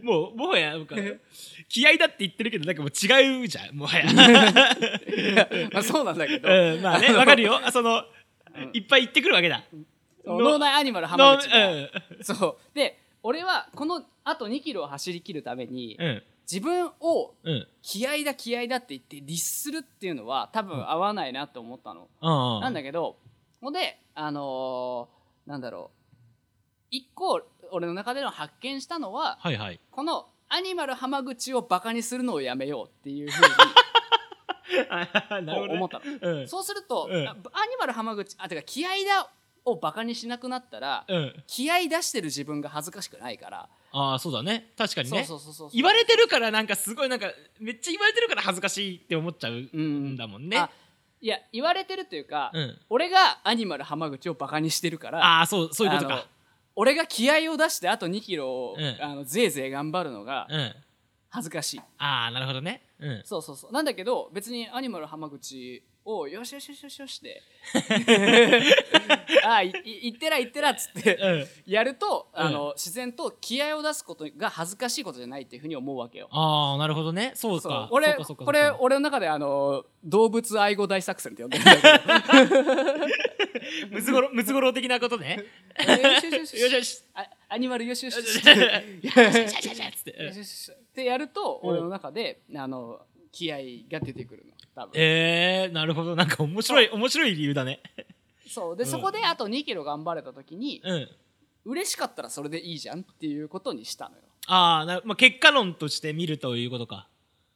Speaker 1: もうもはやなん か気合だって言ってるけどなんかもう違うじゃんもはや、
Speaker 2: まあそうなんだけど、
Speaker 1: うん、まあねわかるよその
Speaker 2: うん
Speaker 1: いっぱい言ってくるわけだ
Speaker 2: そう
Speaker 1: の
Speaker 2: 脳内アニマル浜
Speaker 1: の
Speaker 2: 口が、
Speaker 1: うん
Speaker 2: そうで俺はこのあと2キロを走り切るために
Speaker 1: うん
Speaker 2: 自分を
Speaker 1: うん
Speaker 2: 気合だ気合だって言って律するっていうのは多分合わないなと思ったの、
Speaker 1: ああ
Speaker 2: なんだけどほんであのーなんだろう一個俺の中での発見したのは
Speaker 1: はいはい
Speaker 2: このアニマル浜口をバカにするのをやめようっていうふうに
Speaker 1: なるほどね
Speaker 2: 思ったの
Speaker 1: うん
Speaker 2: そうすると、
Speaker 1: うん
Speaker 2: あアニマル浜口あてか気合だをバカにしなくなったら、
Speaker 1: うん
Speaker 2: 気合出してる自分が恥ずかしくないから、
Speaker 1: ああそうだね確かに
Speaker 2: そう
Speaker 1: ね
Speaker 2: そうそうそう
Speaker 1: 言われてるからなんかすごいなんかめっちゃ言われてるから恥ずかしいって思っちゃう
Speaker 2: うんん
Speaker 1: だもんね
Speaker 2: あいや言われてるというか、
Speaker 1: うん
Speaker 2: 俺がアニマル浜口をバカにしてるから
Speaker 1: ああそうそういうこと
Speaker 2: あの
Speaker 1: か
Speaker 2: 俺が気合を出してあと2キロを、
Speaker 1: うん
Speaker 2: あのぜいぜい頑張るのが
Speaker 1: うん
Speaker 2: 恥ずかしい、
Speaker 1: ああなるほどねうん
Speaker 2: そうそうそうなんだけど別にアニマル浜口をよしよしよしよしよしって ああいいいってらいってらっつって
Speaker 1: うん
Speaker 2: やると、
Speaker 1: うん
Speaker 2: あの自然と気合を出すことが恥ずかしいことじゃないっていうふうに思うわけよ。
Speaker 1: ああなるほどねそう
Speaker 2: そ
Speaker 1: か
Speaker 2: う俺
Speaker 1: そうかそうか
Speaker 2: これ
Speaker 1: そうか
Speaker 2: 俺の中であの動物愛護大作戦って呼んでるんだ け
Speaker 1: ムツゴロウムツゴロウ的なことね
Speaker 2: どよしよしよし
Speaker 1: よ
Speaker 2: よ
Speaker 1: し
Speaker 2: し
Speaker 1: よし
Speaker 2: あアニマルよしよしよし
Speaker 1: よし
Speaker 2: って
Speaker 1: よしよしよしよしよしつってう
Speaker 2: よ
Speaker 1: ん
Speaker 2: しよしよしってやると
Speaker 1: うん
Speaker 2: 俺の中であの気合が出てくるの多分
Speaker 1: えー、なるほどなんか面白い面白い理由だね
Speaker 2: そうで
Speaker 1: うん
Speaker 2: そこであと2キロ頑張れた時に
Speaker 1: うん
Speaker 2: 嬉しかったらそれでいいじゃんっていうことにしたのよ
Speaker 1: ああ、なまあ、結果論として見るということか。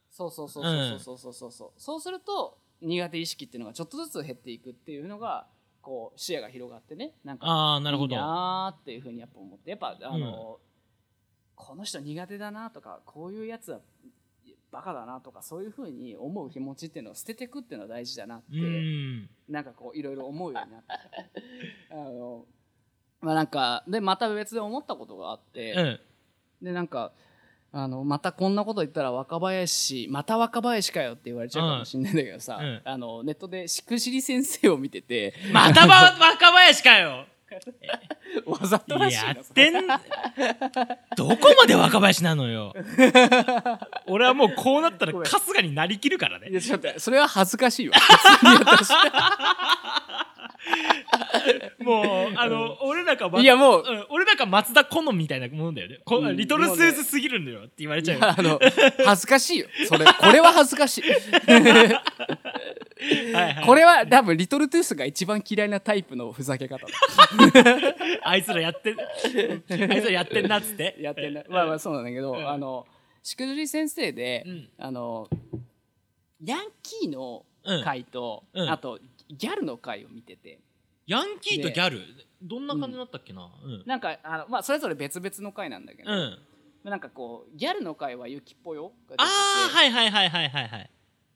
Speaker 2: そうそうそうそうそうそうそうそうそうすると苦手意識っていうのがちょっとずつ減っていくっていうのがこう視野が広がってねなんか
Speaker 1: ああ、なるほど。
Speaker 2: いい
Speaker 1: あ
Speaker 2: なーっていうふうにやっぱ思ってやっぱあの、この人苦手だなとかこういうやつはバカだなとかそういうふうに思う気持ちっていうのを捨ててくっていうのは大事だなって、
Speaker 1: うーん。
Speaker 2: なんかこういろいろ思うようになった。あのまあなんかでまた別で思ったことがあって、
Speaker 1: うん。
Speaker 2: でなんかあのまたこんなこと言ったら若林また若林かよって言われちゃうかもしれないんだけどさ、
Speaker 1: うんうん
Speaker 2: あのネットでしくじり先生を見てて
Speaker 1: またば若林かよ。
Speaker 2: わざとらしい
Speaker 1: や
Speaker 2: なそ
Speaker 1: って
Speaker 2: れ
Speaker 1: ん。どこまで若林なのよ。俺はもうこうなったら
Speaker 2: ごめん
Speaker 1: 春日になりきるから
Speaker 2: い
Speaker 1: ね。
Speaker 2: やちょっと待ってそれは恥ず かしいわ普通に私
Speaker 1: もう、あの、俺なんかま、、
Speaker 2: いやもうん
Speaker 1: 俺なんか松田好みたいなもんだよね。こ
Speaker 2: うん
Speaker 1: リトルスーツすぎるんだよって言われちゃうよ。
Speaker 2: あの恥ずかしいよそれこれは恥ずかしい
Speaker 1: はいはい
Speaker 2: これは多分リトルトゥースが一番嫌いなタイプのふざけ方だ
Speaker 1: あいつらやってん、あいつらやってんなっつって。
Speaker 2: やってんだまあまあそうなんだけど、
Speaker 1: うん
Speaker 2: あのしくじり先生で、
Speaker 1: うん
Speaker 2: あのヤンキーの 回と、
Speaker 1: うんうん
Speaker 2: あとギャルの回を見てて
Speaker 1: ヤンキーとギャル、どんな感じだったっけな。うん。
Speaker 2: なんかあの、まあ、それぞれ別々の回なんだけど、
Speaker 1: うん。
Speaker 2: なんかこうギャルの回はゆきぽよが出てて
Speaker 1: ああはいはいはいはいはいはい。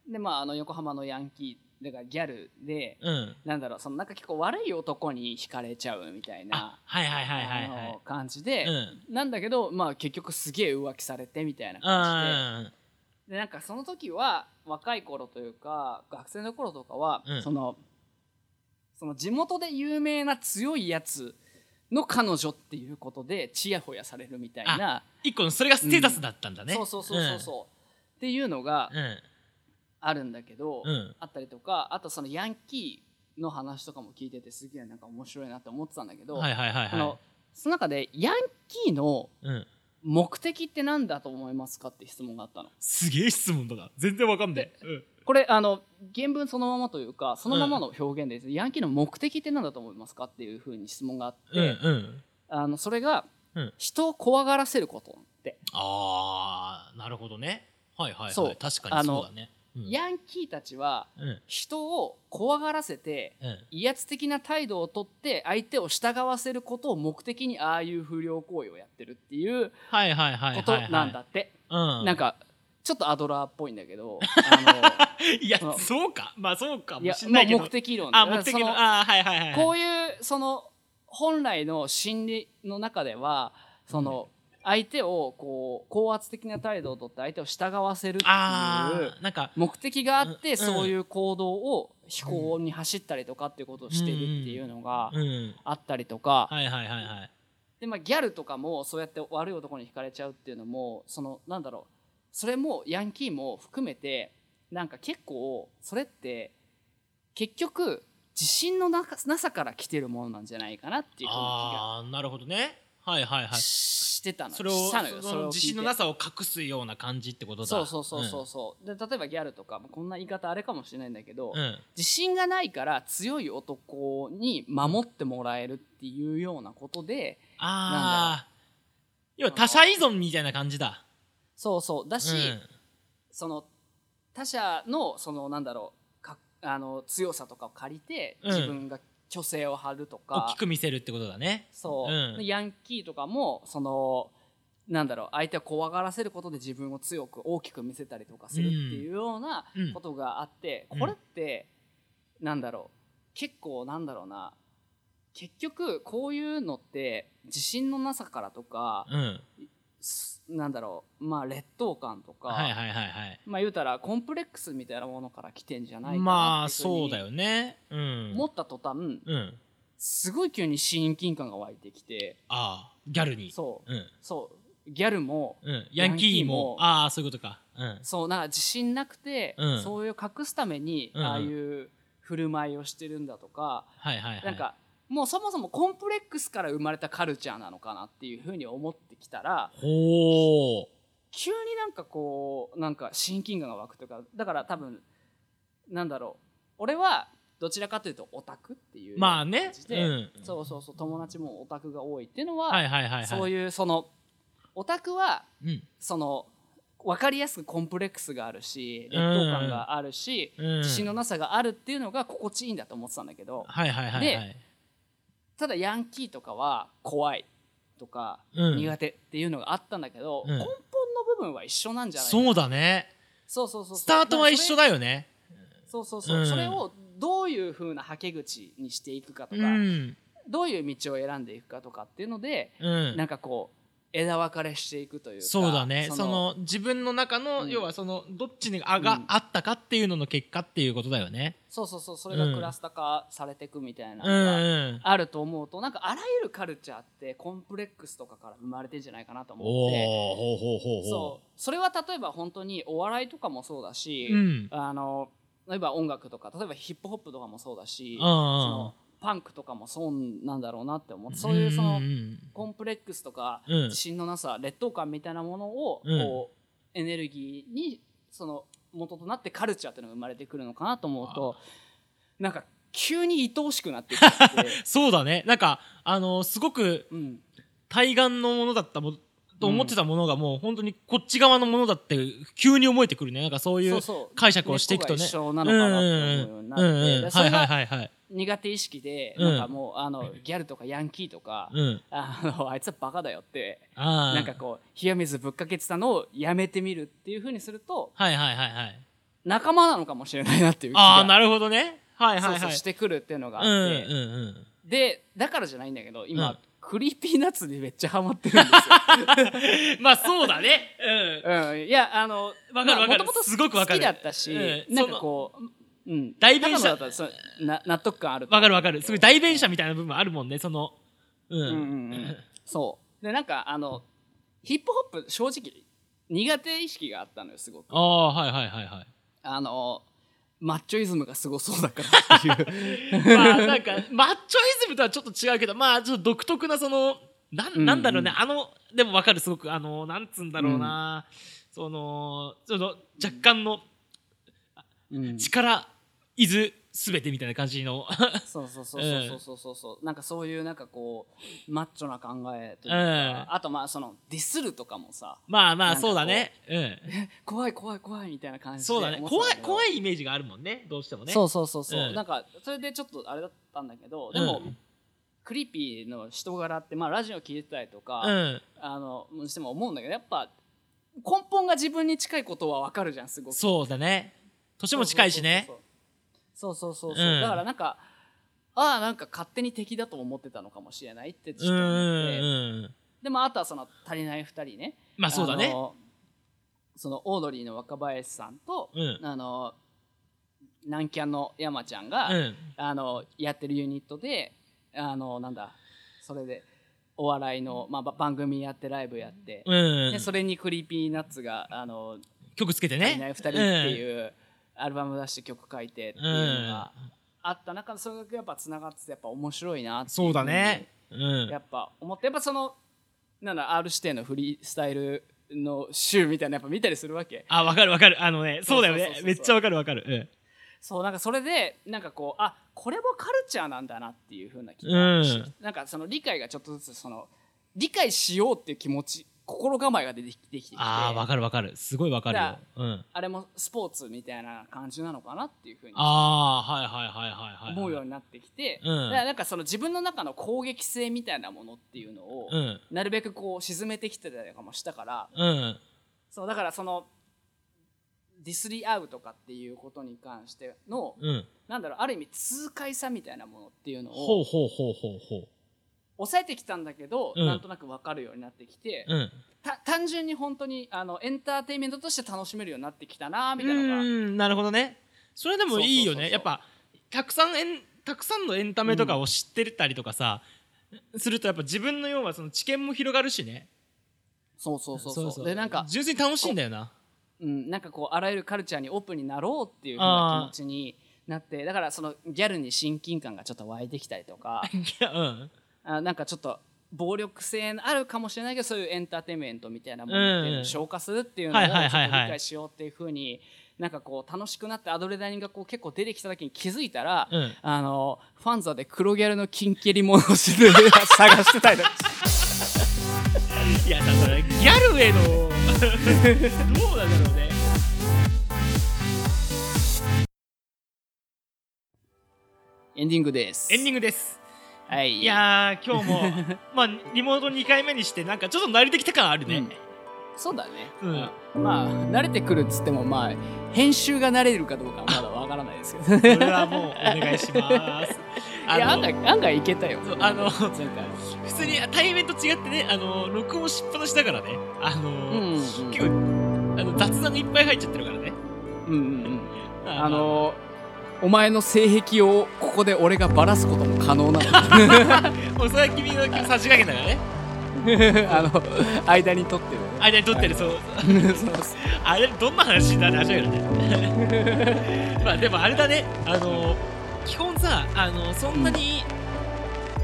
Speaker 2: でまああの横浜のヤンキーだからギャルで、
Speaker 1: うん。
Speaker 2: なんだろうそのなんか結構悪い男に惹かれちゃうみたい
Speaker 1: あ
Speaker 2: な
Speaker 1: はいはいはいはい
Speaker 2: あの
Speaker 1: は
Speaker 2: 感じで
Speaker 1: い。う、ん。
Speaker 2: なんだけどまあ結局すげえ浮気されてみたいな感じで。
Speaker 1: あ
Speaker 2: でなんかその時は若い頃というか学生の頃とかは、
Speaker 1: うん
Speaker 2: そのその地元で有名な強いやつの彼女っていうことでチヤホヤされるみたいな、
Speaker 1: ー一個のそれがステータスだったんだね。
Speaker 2: そうそうそうそうそう、っていうのが
Speaker 1: うん。うん。
Speaker 2: あるんだけど、
Speaker 1: うん
Speaker 2: あったりとかあとそのヤンキーの話とかも聞いててすげえなんか面白いなって思ってたんだけど、
Speaker 1: はいはいはい
Speaker 2: あの
Speaker 1: は
Speaker 2: その中でヤンキーの
Speaker 1: い。うん。
Speaker 2: 目的って何だと思いますかって質問があったの。
Speaker 1: すげえ質問だな。全然わかんない。うん
Speaker 2: これあの原文そのままというかそのままの表現です、ヤンキーの目的って何だと思いますかっていうふうに質問があって、
Speaker 1: うんうん。
Speaker 2: あのそれが、
Speaker 1: うん
Speaker 2: 人を怖がらせることって、
Speaker 1: ああなるほどね。はいはいはい。
Speaker 2: そう
Speaker 1: 確かにそうだね。うん
Speaker 2: ヤンキーたちは
Speaker 1: うん
Speaker 2: 人を怖がらせて
Speaker 1: うん。
Speaker 2: 威圧的な態度をとって相手を従わせることを目的にああいう不良行為をやってるっていう
Speaker 1: はいはいはいはいはい。
Speaker 2: ことなんだ。って、
Speaker 1: うん。
Speaker 2: なんかちょっとアドラーっぽいんだけ どあ
Speaker 1: いや
Speaker 2: その
Speaker 1: そうかまあそうか
Speaker 2: の
Speaker 1: も
Speaker 2: いや
Speaker 1: しん
Speaker 2: ま
Speaker 1: な
Speaker 2: あ
Speaker 1: いけど
Speaker 2: 目。的論
Speaker 1: あ
Speaker 2: だ
Speaker 1: 目的
Speaker 2: そ
Speaker 1: のあーはいはい はいはい。
Speaker 2: こういうその本来の心理の中ではその相手をこう高圧的な態度をとって相手を従わせるってい
Speaker 1: あ
Speaker 2: う
Speaker 1: あなんか
Speaker 2: 目的があっ
Speaker 1: うん
Speaker 2: てそういう行動を非行に走ったりとかっていうことをしてるっていうのが
Speaker 1: うん
Speaker 2: あったりとか
Speaker 1: はいはいはいはい。
Speaker 2: でまあギャルとかもそうやって悪い男に惹かれちゃうっていうのもそのなんだろうそれもヤンキーも含めてなんか結構それって結局自信のなかなさから来てるものなんじゃないかなっていうふうな
Speaker 1: ああなるほどねはいはい
Speaker 2: 気
Speaker 1: は
Speaker 2: が
Speaker 1: い
Speaker 2: してたの,、
Speaker 1: それを
Speaker 2: したのよ
Speaker 1: そ
Speaker 2: れ
Speaker 1: の
Speaker 2: を聞いて
Speaker 1: 自信のなさを隠すような感じってことだ
Speaker 2: そうそうそうそうそう、で例えばギャルとかもこんな言い方あれかもしれないんだけど、
Speaker 1: うん、うん
Speaker 2: 自信がないから強い男に守ってもらえるっていうようなことで
Speaker 1: ああ要は他者依存みたいな感じだ
Speaker 2: そうそうだし、
Speaker 1: うん
Speaker 2: その他者のそのなんだろうかあの強さとかを借りて
Speaker 1: うん
Speaker 2: 自分が虚勢を張ると
Speaker 1: 大
Speaker 2: か
Speaker 1: き、く見せるってことだね
Speaker 2: そう、
Speaker 1: うん
Speaker 2: でヤンキーとかもそのなんだろう相手を怖がらせることで自分を強く大きく見せたりとかするっていうような
Speaker 1: うん
Speaker 2: ことがあって、
Speaker 1: うん
Speaker 2: これってなんだろう結構なんだろうな結局こういうのって自信のなさからとか、
Speaker 1: うん
Speaker 2: すなんだろうまあ劣等感とか、
Speaker 1: はいはいはいはい
Speaker 2: まあ言うたらコンプレックスみたいなものから来てんじゃないかな
Speaker 1: まあ
Speaker 2: っていふに
Speaker 1: そうだよねうん
Speaker 2: 思った途端
Speaker 1: うん
Speaker 2: すごい急に親近感が湧いてきて
Speaker 1: ああギャルに
Speaker 2: そう
Speaker 1: うん
Speaker 2: そうギャルも
Speaker 1: うんヤンキーにも
Speaker 2: ヤンキーも
Speaker 1: ああそういうことかうん
Speaker 2: そうなんか自信なくて、
Speaker 1: うん
Speaker 2: そういう隠すために
Speaker 1: うんうん
Speaker 2: ああいう振る舞いをしてるんだとか、
Speaker 1: はいはいはい
Speaker 2: なんかもうそもそもコンプレックスから生まれたカルチャーなのかなっていうふうに思ってきたら
Speaker 1: ほう
Speaker 2: 急になんかこうなんか親近感が湧くというかだから多分なんだろう俺はどちらかというとオタクっていう
Speaker 1: まあね
Speaker 2: 感じ
Speaker 1: う
Speaker 2: で
Speaker 1: ん
Speaker 2: そうそうそう友達もオタクが多いっていうのは、
Speaker 1: はいはいはいはい
Speaker 2: そういうそのオタクは
Speaker 1: うん
Speaker 2: その分かりやすくコンプレックスがあるし劣等感があるし、
Speaker 1: うん
Speaker 2: 自信のなさがあるっていうのが心地いいんだと思ってたんだけど
Speaker 1: はいはいはいはい
Speaker 2: ただヤンキーとかは怖いとか
Speaker 1: うん
Speaker 2: 苦手っていうのがあったんだけど、
Speaker 1: うん
Speaker 2: 根本の部分は一緒なんじゃないかな
Speaker 1: そうだね
Speaker 2: そうそうそうそう
Speaker 1: スタートは一緒だよね
Speaker 2: そうそうそう、
Speaker 1: うん
Speaker 2: それをどういうふうなはけ口にしていくかと
Speaker 1: う
Speaker 2: か、
Speaker 1: ん
Speaker 2: どういう道を選んでいくかとかっていうので、
Speaker 1: うん
Speaker 2: なんかこう枝分かれしていくというか
Speaker 1: そうだねその
Speaker 2: の
Speaker 1: 自分の中の、
Speaker 2: うん
Speaker 1: 要はそのどっちにあが、
Speaker 2: うん
Speaker 1: あったかっていうのの結果っていうことだよね
Speaker 2: そうそうそうそれがクラスター化されていくみたいな
Speaker 1: う
Speaker 2: のが
Speaker 1: ん
Speaker 2: あると思うと、なんかあらゆるカルチャーってコンプレックスとかから生まれてんじゃないかなと思
Speaker 1: お
Speaker 2: って
Speaker 1: おほうほうほうほ
Speaker 2: そうそれは例えば本当にお笑いとかもそうだし、
Speaker 1: うん
Speaker 2: あの例えば音楽とか例えばヒップホップとかもそうだし、
Speaker 1: うんうんうん
Speaker 2: そのパンクとかもそうなんだろうなって思ってそういうその
Speaker 1: んん
Speaker 2: コンプレックスとか
Speaker 1: うん
Speaker 2: 自信のなさ劣等感みたいなものを
Speaker 1: うん
Speaker 2: こうエネルギーにその元となってカルチャーっていうのが生まれてくるのかなと思うとなんか急に愛おしくなってきちゃって、
Speaker 1: そうだねなんかあのすごく
Speaker 2: うん、
Speaker 1: 対岸のものだったもと思ってたものがもう本当にこっち側のものだって急に思えてくるねなんかそうい
Speaker 2: そううそう
Speaker 1: 解釈をしていくとね
Speaker 2: 根っこが一緒なのかなって思うようになって
Speaker 1: うんうんうん
Speaker 2: で
Speaker 1: は
Speaker 2: そ
Speaker 1: い
Speaker 2: れ
Speaker 1: はい
Speaker 2: が
Speaker 1: はいはい
Speaker 2: 苦手意識で
Speaker 1: うん
Speaker 2: なんかもうあのギャルとかヤンキーとか
Speaker 1: うん
Speaker 2: あのあいつはバカだよって
Speaker 1: あー
Speaker 2: なんかこう冷や水ぶっかけてたのをやめてみるっていうふうにすると
Speaker 1: はいはいはいはい
Speaker 2: 仲間なのかもしれないなっていう気
Speaker 1: ああ
Speaker 2: が
Speaker 1: なるほどねはいはいはい
Speaker 2: そうそうしてくるっていうのがあっ
Speaker 1: うんうん
Speaker 2: て。
Speaker 1: うん
Speaker 2: でだからじゃないんだけど今、
Speaker 1: うん
Speaker 2: クリーピーナッツにめっちゃハマってるん です
Speaker 1: まあそうだね。うん。
Speaker 2: よ。うん、いやあの
Speaker 1: わかるわかる
Speaker 2: もともと
Speaker 1: すごくわかる
Speaker 2: 好きだったし、
Speaker 1: うん
Speaker 2: なんかこう、うん、
Speaker 1: 代弁者
Speaker 2: 高野だったらそうな納得感あると思う
Speaker 1: わかるわかる。すごい代弁者みたいな部分あるもんね、その。うん。
Speaker 2: うんうんうん、そうでなんかあのヒップホップ正直苦手意識があったのよすごく
Speaker 1: ああ、はいはいはいは
Speaker 2: あのマッチョイズムがすごそうだからっていう
Speaker 1: い。まあなんか、マッチョイズムとはちょっと違うけど、まあちょっと独特なその、なんなんだろうね、あの、でもわかる、すごく、あの、なんつうんだろうな、その、その、若干の
Speaker 2: うん
Speaker 1: 力、いず、すべてみたいな感じの。
Speaker 2: そうそうそうそうそうそうそう、なんかそういうなんかこうマッチョな考えとい
Speaker 1: う
Speaker 2: うか、
Speaker 1: ん。
Speaker 2: あとまあそのディスるとかもさ
Speaker 1: まあま
Speaker 2: なん
Speaker 1: あ、
Speaker 2: か
Speaker 1: そうだね。うん。
Speaker 2: 怖い怖い怖いみたいな感じで
Speaker 1: そうだね。怖い、怖
Speaker 2: い
Speaker 1: いイメージがあるもんね、どうしてもね。
Speaker 2: そうそうそうそう、
Speaker 1: うん
Speaker 2: なんかそれでちょっとあれだったんだけど
Speaker 1: ん
Speaker 2: でも、クリーピーの人柄ってまあラジオ聞いてたりとか、
Speaker 1: うん。
Speaker 2: あのしても思うんだけどやっぱ根本が自分に近いことはわかるじゃんすごく
Speaker 1: そうだね。年も近いしね。
Speaker 2: そうそうそうそう、
Speaker 1: うん
Speaker 2: だからなんかああなんか勝手に敵だと思ってたのかもしれないって
Speaker 1: う
Speaker 2: ちょっ
Speaker 1: んう
Speaker 2: と思って、
Speaker 1: んうん。
Speaker 2: でもあとはその足りない二人ね
Speaker 1: まあそうだね。
Speaker 2: のそのオードリーの若林さんと、
Speaker 1: うん
Speaker 2: あの南キャンの山ちゃんが、
Speaker 1: うん。
Speaker 2: あのやってるユニットであのなんだそれでお笑いの、まあ、ば番組やってライブやって、
Speaker 1: うん
Speaker 2: で。それにクリーピーナッツがあの
Speaker 1: 曲つけて
Speaker 2: 足りな
Speaker 1: ね
Speaker 2: い。二人っていうアルバム出して曲書いてっていうのがあった中でそれがやっぱつながっててやっぱ面白いなってい
Speaker 1: そうだねうん
Speaker 2: やっぱ思ってやっぱそのなんだ R 指定のフリースタイルの週みたいなやっぱ見たりするわけ
Speaker 1: あわかるわかるあのねそうだよ
Speaker 2: そうそうそう
Speaker 1: ね
Speaker 2: そう
Speaker 1: めっちゃわかるわかる
Speaker 2: そうなんかそれでなんかこうあこれもカルチャーなんだなっていうふうな気
Speaker 1: う
Speaker 2: が、
Speaker 1: ん
Speaker 2: なんかその理解がちょっとずつその理解しようっていう気持ち心構えが出てきてきて
Speaker 1: ああわ
Speaker 2: あ
Speaker 1: かるわかるすごいわかるようん
Speaker 2: れもスポーツみたいな感じなのかなっていうふうに
Speaker 1: ああはいはいはいはいはい
Speaker 2: 思うようになってきて、
Speaker 1: うん
Speaker 2: だからなんかその自分の中の攻撃性みたいなものっていうのを、
Speaker 1: うん
Speaker 2: なるべくこう沈めてきてたりとかもしたから
Speaker 1: うん
Speaker 2: そうだからそのディスり合うとかっていうことに関しての、
Speaker 1: うん
Speaker 2: なんだろうある意味痛快さみたいなものっていうの
Speaker 1: ほう
Speaker 2: を
Speaker 1: ほうほうほうほう
Speaker 2: 抑えてきたんだけど、
Speaker 1: うん
Speaker 2: なんとなく分かるようになってきて、
Speaker 1: うん
Speaker 2: た単純に本当にあのエンターテインメントとして楽しめるようになってきたなみ
Speaker 1: う
Speaker 2: たいなのが
Speaker 1: ーんなるほどねそれでもいいよ
Speaker 2: そうそうそうそ
Speaker 1: ね
Speaker 2: う
Speaker 1: やっぱたくさんエンたくさんのエンタメとかを知ってたりとかさ、するとやっぱ自分の要はその知見も広がるしね
Speaker 2: そうそうそうそうでなんか、
Speaker 1: 純粋に楽しいんだよな
Speaker 2: うん、なんかこうあらゆるカルチャーにオープンになろうっていうふうな気持ちになってだからそのギャルに親近感がちょっと湧いてきたりとか
Speaker 1: いや うん
Speaker 2: あなんかちょっと暴力性あるかもしれないけどそういうエンターテインメントみたいなものっていうのを消化するっていうのを
Speaker 1: は
Speaker 2: ちょ
Speaker 1: い
Speaker 2: っと
Speaker 1: はい
Speaker 2: 理
Speaker 1: はいはい
Speaker 2: 解しようっていうふうになんかこう楽しくなってアドレナリンがこう結構出てきた時に気づいたら、
Speaker 1: うん
Speaker 2: あのファンザで黒ギャルの金蹴り物をする探してたりとか
Speaker 1: いやだからギャルへの どうなんだろうね
Speaker 2: エンディングです。
Speaker 1: エンディングです
Speaker 2: はい、
Speaker 1: いやー今 日もまあリモート2回目にしてなんかちょっと慣れてきた感あるね、
Speaker 2: うんそうだね、
Speaker 1: うん
Speaker 2: まあ慣れてくるっつってもまあ編集が慣れるかどうかはまだわからないですけど
Speaker 1: それはもうお願いします
Speaker 2: いや
Speaker 1: あ
Speaker 2: 案
Speaker 1: の
Speaker 2: 外案外いけたよ
Speaker 1: そうあの
Speaker 2: 前回
Speaker 1: 普通に対面と違ってねあの録音しっぱなしだからねあの、
Speaker 2: うんうん
Speaker 1: 結構あの雑談がいっぱい入っちゃってるからね
Speaker 2: うんうんうん
Speaker 1: あ
Speaker 2: あのお前の性癖をここで俺がばらすことも可能な の
Speaker 1: 俺それは君の君差し掛けだからね
Speaker 2: あの間に取ってるね
Speaker 1: 間に撮ってるそう
Speaker 2: そうそう
Speaker 1: あれどんな話になる話だよ ねまあでもあれだねあの基本さあのそんなに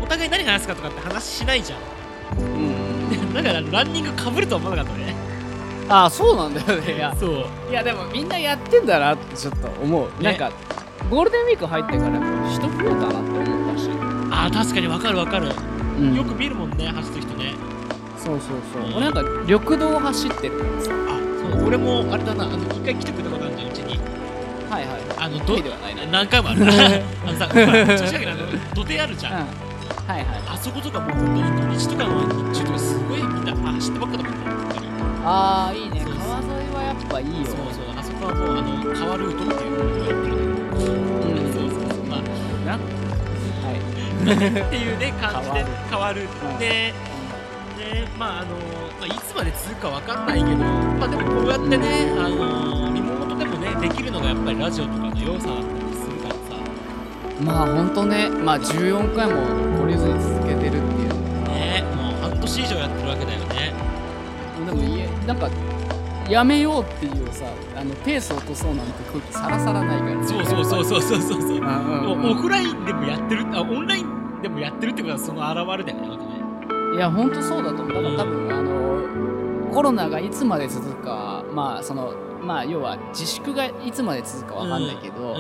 Speaker 1: お互い何話すかとかって話しないじゃん
Speaker 2: うん
Speaker 1: だからランニングかぶるとは思わなかったね
Speaker 2: ああそうなんだよねいや
Speaker 1: そう
Speaker 2: いやでもみんなやってんだなってちょっと思う、
Speaker 1: ね
Speaker 2: なんかゴールデンウィーク入ってからやっぱ人増えたなって思ったし、
Speaker 1: あー確かにわかるわかる
Speaker 2: うん
Speaker 1: よく見るもんね走ってる人ね
Speaker 2: そうそうそう俺なんか緑道を走ってるからさ
Speaker 1: あそうだ俺もあれだなあの一回来てくれたことあるじゃんうちに
Speaker 2: はいはい
Speaker 1: あの
Speaker 2: 一
Speaker 1: ど
Speaker 2: 人ではないなうん
Speaker 1: 何回 もあるなあのさほら調子上げあの土手あるじゃん、
Speaker 2: はいはい
Speaker 1: あそことかもう本当に土日とかの日中とかすごいみんなあ走ってばっかだもんね本当に
Speaker 2: ああいいね
Speaker 1: そうそう
Speaker 2: 川沿いはやっぱいいよ
Speaker 1: そうそうあそこはもうあの川ルートっていうのをやってるんだけど
Speaker 2: うん
Speaker 1: そうそうそうまあ
Speaker 2: なはい
Speaker 1: っていうね感じで川ルー
Speaker 2: う
Speaker 1: ト
Speaker 2: ん
Speaker 1: ででまああの、まあ、いつまで続くかわかんないけどまあでもこうやってねあのリモートでもねできるのがやっぱりラジオとかの良さだったりするからさ
Speaker 2: まあ本当ね、まあ14回も懲りずに続けてるっていう。
Speaker 1: ねもう半年以上やってるわけだよね
Speaker 2: なんかいえなんかやめようっていうさ、あのペース落とそうなんて空気さらさらないから。
Speaker 1: そうそうそうそうそうそうそう
Speaker 2: うんうん
Speaker 1: オフラインでもやってるあオンラインでもやってるってことはその現れだよねなんかね
Speaker 2: うん。いや本当そうだと思う。だから多分あのコロナがいつまで続くかは、まあそのまあ要は自粛がいつまで続くかわかんないけど、
Speaker 1: う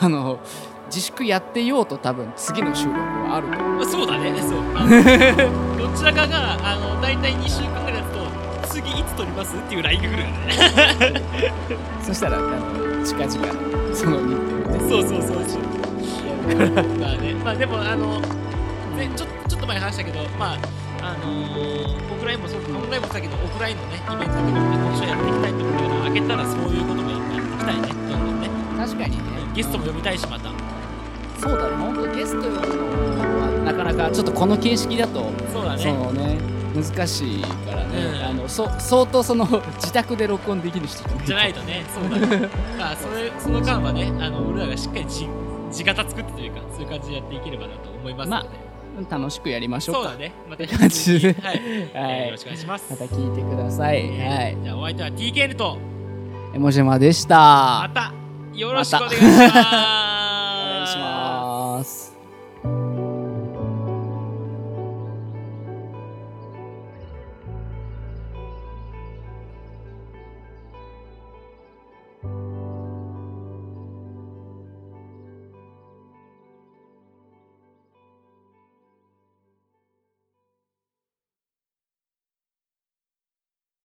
Speaker 2: あの自粛やってようと多分次の収録はあると思う。
Speaker 1: んそうだねそうあのどちらかがあの大体2週間ぐらいだと次いつ撮りますっていう LINE が来るよね
Speaker 2: そしたらあの近々その日程をね。
Speaker 1: そうそうそうそうまあねまあでもあのねちょちょっと前に話したけどまああのーオフラインもそうオンラインもそうだけどオフラインのねイベントとかもね今週やっていきたいと思うから開けたらそういうこともやっていきたいねどんどんね
Speaker 2: 確かにね。
Speaker 1: ゲストも呼びたいしまた
Speaker 2: そうだね、本当ゲスト呼ぶのはなかなかちょっとこの形式だと、
Speaker 1: そうだ
Speaker 2: そ
Speaker 1: ね
Speaker 2: のね難しいからね、
Speaker 1: うん
Speaker 2: あのそ相当その自宅で録音できる人
Speaker 1: じゃない
Speaker 2: と
Speaker 1: とね、そうだね。まあ、それ、その間はね、あの、俺らがしっかりじ、地形作ってというか、そういう感じでやっていければなと思いますので。
Speaker 2: 楽しくやりましょ
Speaker 1: そうう
Speaker 2: か
Speaker 1: だね、また、
Speaker 2: 感じで
Speaker 1: はい、
Speaker 2: はい
Speaker 1: よろしくお願いします。
Speaker 2: また聞いてください、はい
Speaker 1: じゃあ、お相手は TKN と、
Speaker 2: エモジェマでした
Speaker 1: また、よろしくお願いします。お
Speaker 2: お願いします
Speaker 1: う